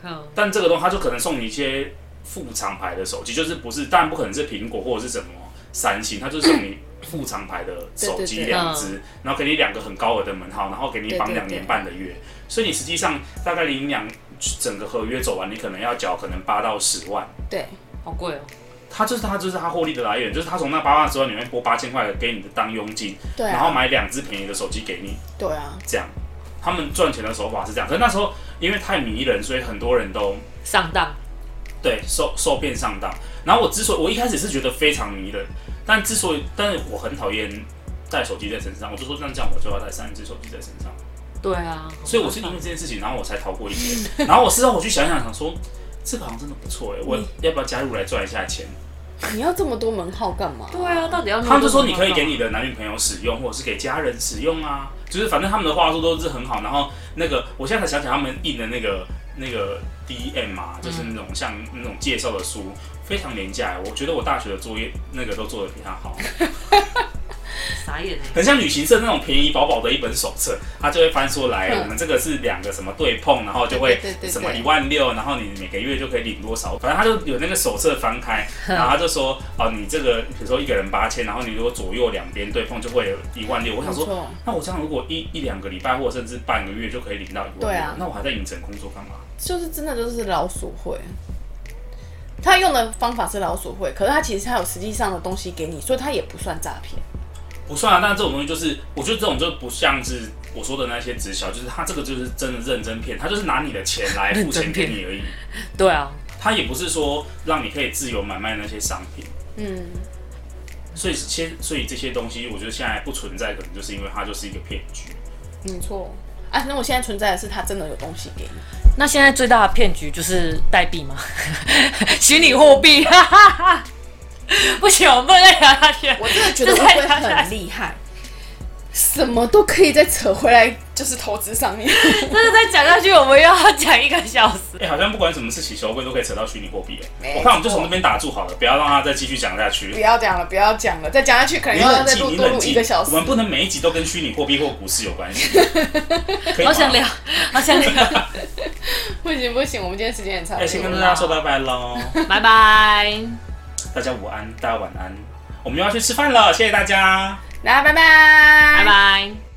B: 嗯
A: 但这个东西它就可能送你一些副厂牌的手机，就是不是，当然不可能是苹果或者是什么三星，它就是送你副厂牌的手
C: 对对
A: 机
C: 对嗯
A: 两只，然后给你两个很高额的门号，然后给你绑
C: 对对对
A: 两年半的月，所以你实际上大概你两整个合约走完，你可能要缴可能八到十万。
C: 对，
B: 好贵哦，
A: 它就是它就是它获利的来源，就是它从那八万十万里面拨八千块给你的当佣金，
C: 对
A: 然后
C: 啊，
A: 买两只便宜的手机给你，
C: 对啊，
A: 这样。他们赚钱的手法是这样，可是那时候因为太迷人，所以很多人都
B: 上当，
A: 对，受受骗上当。然后我之所以我一开始是觉得非常迷人，但之所以，但是我很讨厌带手机在身上，我就说那这样我就要带三只手机在身上。
B: 对啊，
A: 所以我是因为这件事情，然后我才逃过一劫。然后我事后我去想想，想说这个好像真的不错哎，我要不要加入来赚一下钱？
C: 你要这么多门号干嘛？
B: 对啊，到底要
A: 他们就说你可以给你的男女朋友使用，或者是给家人使用啊，就是反正他们的话术都是很好。然后那个我现在才想起他们印的那个那个 DM 啊，就是那种像那种介绍的书，非常廉价。欸我觉得我大学的作业那个都做的比他好，
B: 傻眼哎，
A: 很像旅行社那种便宜薄薄的一本手册，他就会翻出来，
C: 嗯
A: 我们这个是两个什么对碰，然后就会
C: 对对对对
A: 什么一万六，然后你每个月就可以领多少，反正他就有那个手册翻开，
C: 嗯
A: 然后他就说，哦，你这个比如说一个人八千，然后你如果左右两边对碰就会有一万六。我想
C: 没
A: 说，
C: 错，
A: 那我这样如果一一两个礼拜或者甚至半个月就可以领到一万
C: 对
A: 六
C: 啊，
A: 那我还在影城工作干嘛？
C: 就是真的就是老鼠会。他用的方法是老鼠会，可是他其实他有实际上的东西给你，所以他也不算诈骗。
A: 不算啊，但这种东西就是，我觉得这种就不像是我说的那些直销，就是他这个就是真的认真骗，他就是拿你的钱来付钱给你而已。
B: 对啊，
A: 它也不是说让你可以自由买卖那些商品，
C: 嗯，
A: 所以些所以这些东西，我觉得现在不存在，可能就是因为它就是一个骗局。
C: 没错。啊，那我现在存在的是他真的有东西给你。
B: 那现在最大的骗局就是代币吗？ *laughs* 虚拟货币， *laughs* 哈哈哈不行，我不能再聊下去了。
C: 我真的觉得乌
B: 这太
C: 龟很厉害，什么都可以再扯回来，就是投资上 *laughs* 面。
B: 真的再讲下去，我们又要讲一个小时。
A: 哎、好像不管什么事情，小乌龟都可以扯到虚拟货币耶。
C: 没错
A: 我看我们就从那边打住好了，不要让它再继续讲下去
C: 不。要讲了，不要讲了，再讲下去可能
A: 你
C: 又要
A: 冷
C: 再
A: 静，
C: 多
A: 你
C: 多
A: 冷
C: 录一
A: 静
C: 个小，时
A: 我。们不能每一集都跟虚拟货币或股市有关
C: *laughs*
A: 系。可以吗
B: 好想聊，好想 *laughs* 聊，
C: 不行不行，我们今天时间也差
A: 哎、
C: 不
A: 先
C: 多
A: 跟
C: 了。
A: 大家说拜拜喽，
B: 拜拜。
A: 大家午安，大家晚安，我们又要去吃饭了，谢谢大家。
C: 来，拜拜，
B: 拜
C: 拜。
B: 拜。